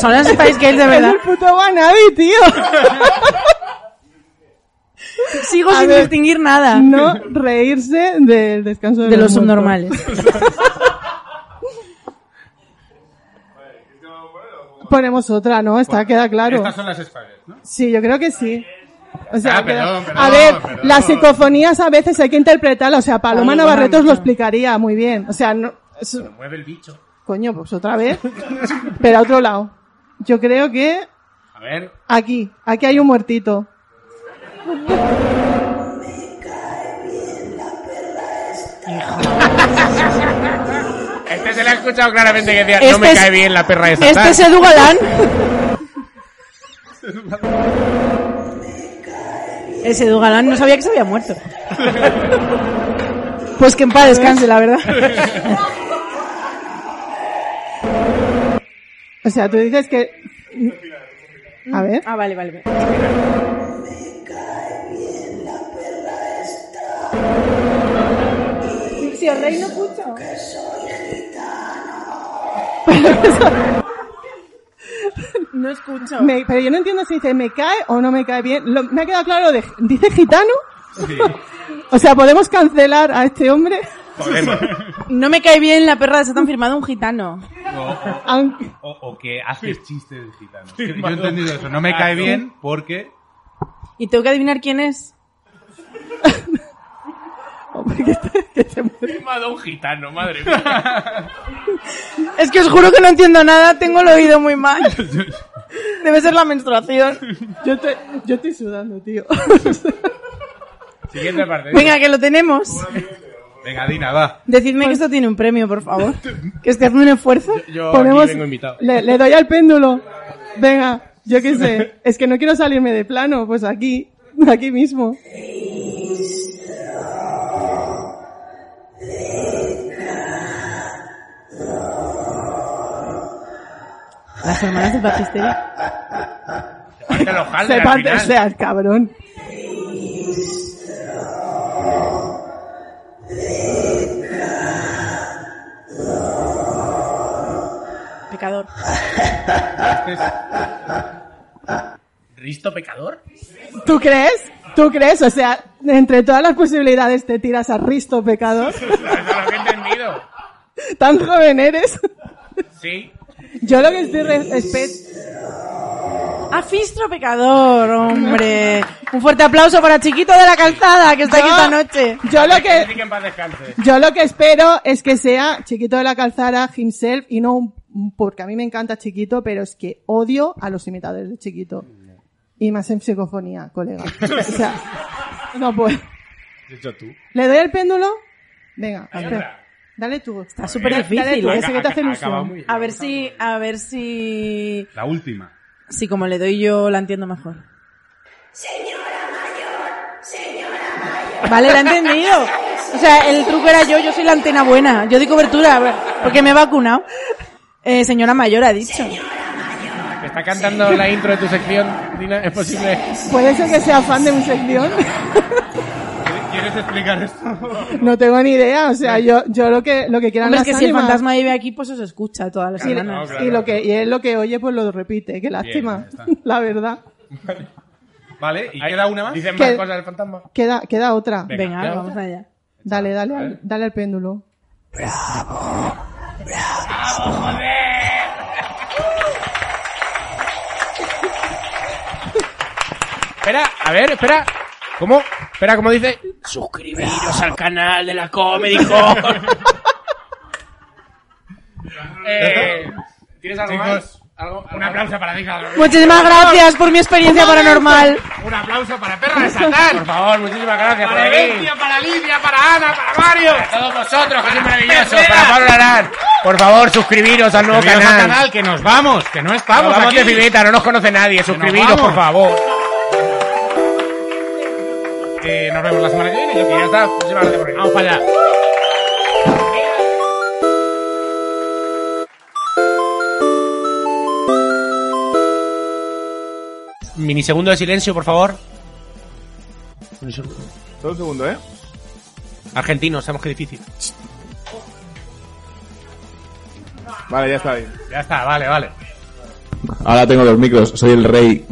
S7: Son las Spice Girls de
S4: Es
S7: verdad.
S4: el puto Wannabe, tío.
S7: Sigo
S4: A
S7: sin
S4: ver.
S7: distinguir nada
S4: No reírse del descanso de,
S7: de los
S4: muertos.
S7: subnormales.
S4: Ponemos otra, ¿no? Está, queda claro.
S3: Estas son las Spiders, ¿no?
S4: Sí, yo creo que sí. O sea,
S3: Ah, perdón,
S4: que-
S3: perdón,
S4: a ver,
S3: perdón.
S4: las psicofonías a veces hay que interpretarlas. O sea, Paloma
S7: Paloma
S4: Navarretos
S7: Navarrete.
S4: lo explicaría muy bien. O sea, no, es-
S3: Mueve el bicho.
S4: coño, pues otra vez. Pero a otro lado. Yo creo que
S2: A ver.
S4: aquí, aquí hay un muertito.
S2: Este se le ha escuchado claramente que decía, no
S7: Este
S2: me
S7: es-
S2: cae bien la perra de Satán.
S7: Este es Edu Galán. Ese Edu Galán no sabía que se había muerto. Pues que en paz descanse, la verdad.
S4: O sea, tú dices que... A ver.
S7: Ah, vale, vale. Si os reís, no escucho. No escucho.
S4: Me- pero yo no entiendo si dice me cae o no me cae bien. Lo- me ha quedado claro lo de... ¿Dice gitano?
S3: Sí.
S4: O sea, ¿podemos cancelar a este hombre?
S3: Podemos.
S7: No me cae bien la perra de Satan firmado un gitano.
S3: O,
S4: Aunque-
S3: o- o- o que haces chistes de gitanos. Que Yo he entendido eso. No me cae bien porque...
S7: Y tengo que adivinar quién es.
S4: Hombre, que te- que te mueres.
S2: Firmado un gitano, madre mía.
S7: Es que os juro que no entiendo nada, tengo el oído muy mal. Debe ser la menstruación.
S4: Yo, te- yo estoy sudando, tío.
S2: Siguiente parte.
S7: Venga, que lo tenemos.
S3: Venga, Dina, va.
S7: Decidme que esto tiene un premio, por favor. Que estoy haciendo un esfuerzo.
S2: Pues- Yo
S4: Ponemos-
S2: aquí vengo invitado.
S4: Le, le doy al péndulo. Venga, yo qué sé. Es que no quiero salirme de plano, pues aquí, aquí mismo.
S7: Las hermanas del baptisterio.
S2: Que lo jalen
S4: Se
S2: al
S4: parte,
S2: final.
S4: seas cabrón.
S7: Pecador.
S2: ¿Risto pecador?
S4: ¿Tú crees? ¿Tú crees? O sea, entre todas las posibilidades te tiras a Risto pecador.
S2: Eso es lo que he entendido.
S4: Tan joven eres.
S2: Sí.
S4: Yo lo que estoy re- espe-
S7: Afistro Ah, pecador, hombre. Un fuerte aplauso para Chiquito de la Calzada, que está aquí
S4: Yo-
S7: esta noche.
S4: Yo lo que
S2: Así que en paz descanse.
S4: Yo lo que espero es que sea Chiquito de la Calzada himself y no un, un- porque a mí me encanta Chiquito, pero es que odio a los imitadores de Chiquito. Y más en psicofonía, colega. O sea, no puedo.
S2: De hecho, tú.
S4: ¿Le doy el péndulo? Venga, espera. Dale tú.
S7: Está súper
S4: Dale
S7: difícil.
S4: tú, que
S7: ¿eh?
S4: sé que te hace
S2: Acaba- acaba muy
S4: ilusión.
S2: bien.
S7: A ver si, a ver si,
S3: La última.
S7: si como le doy yo la entiendo mejor. Vale, la he entendido. O sea, el truco era yo, yo soy la antena buena. Yo doy cobertura, a ver, porque me he vacunado. Eh, señora mayor ha dicho.
S2: ¿Me está cantando la intro de tu sección, Dina? ¿Es posible?
S4: Puede ser que sea fan de mi sección.
S3: ¿Quieres explicar esto?
S4: No tengo ni idea. O sea, yo, yo lo que, lo que quieran
S7: Hombre, es
S4: las
S7: que si el
S4: ánimas.
S7: fantasma vive aquí, pues os escucha todas las
S4: Y,
S7: semanas.
S2: No, claro.
S4: y lo que, y él lo que oye, pues lo repite. Qué lástima.
S3: está.
S4: La verdad.
S3: Vale, ¿y queda una más?
S2: ¿Dicen
S4: ¿Qué?
S2: más cosas del fantasma?
S4: Queda, queda otra.
S2: Venga,
S7: Venga,
S2: ya
S7: vamos allá.
S4: Dale, dale, al- dale al péndulo.
S2: Espera, a ver, espera. ¿Cómo? Espera, ¿cómo dice? Suscribiros al canal de la Comedy Con. eh, ¿Tienes algo más?
S3: Chicos,
S2: ¿Algo, un aplauso para Dina.
S7: Muchísimas gracias por mi experiencia paranormal.
S2: Un aplauso para Perra de Satán. Por favor, muchísimas gracias
S3: Para
S2: Alicia, para Lidia, para Ana, para Mario. Para todos vosotros, que sois maravillosos. Para Pablo Arán. Por favor, suscribiros al nuevo
S3: Suscribiros al
S2: canal.
S3: canal, que nos vamos, que no estamos
S2: Nos vamos
S3: aquí.
S2: de fileta, no nos conoce nadie. Suscribiros,
S3: vamos.
S2: por favor. Eh, nos vemos la semana que viene. Y ya está. Muchísimas gracias por venir. Vamos para allá. Minisegundo de silencio, por favor.
S1: Solo un segundo, ¿eh?
S2: Argentinos, sabemos que difícil.
S1: Vale, ya está bien.
S2: Ya está, vale, vale.
S1: Ahora tengo dos micros, soy el rey.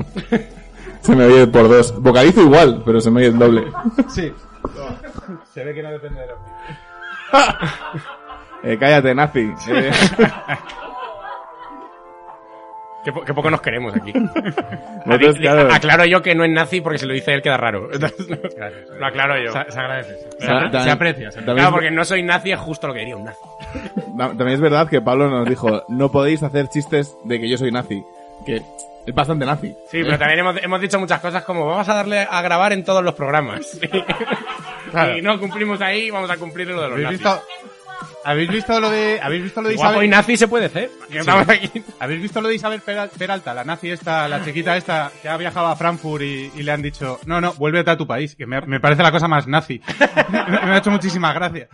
S1: se me oye por dos. Vocalizo igual, pero se me oye el doble.
S3: Sí. Se ve que no depende de los
S1: Eh, cállate, nazi. Eh,
S2: Qué, po- qué poco nos queremos aquí.
S1: nosotros,
S2: Le-
S1: claro,
S2: Aclaro yo que no es nazi porque si lo dice él queda raro. Lo aclaro yo.
S3: Se, se agradece. Se, se
S1: Ta- ta-
S3: aprecia. se aprecia.
S1: también,
S2: Claro, porque no soy nazi es justo lo que diría un nazi.
S1: ta- también es verdad que Pablo nos dijo, no podéis hacer chistes de que yo soy nazi. Que es bastante nazi.
S2: Sí, pero también hemos, hemos dicho muchas cosas como vamos a darle a grabar en todos los programas.
S3: Claro.
S2: Y no cumplimos ahí, vamos a cumplir lo de los nazis.
S3: ¿Habéis visto, ¿Habéis visto lo de, habéis visto lo de
S2: Guapo y
S3: Isabel?
S2: nazi se puede hacer. Que Estamos aquí.
S3: ¿Habéis visto lo de Isabel Peral- Peralta, la nazi esta, la chiquita esta, que ha viajado a Frankfurt y, y le han dicho, no, no, vuélvete a tu país, que me, me parece la cosa más nazi. me, me ha hecho muchísima gracia.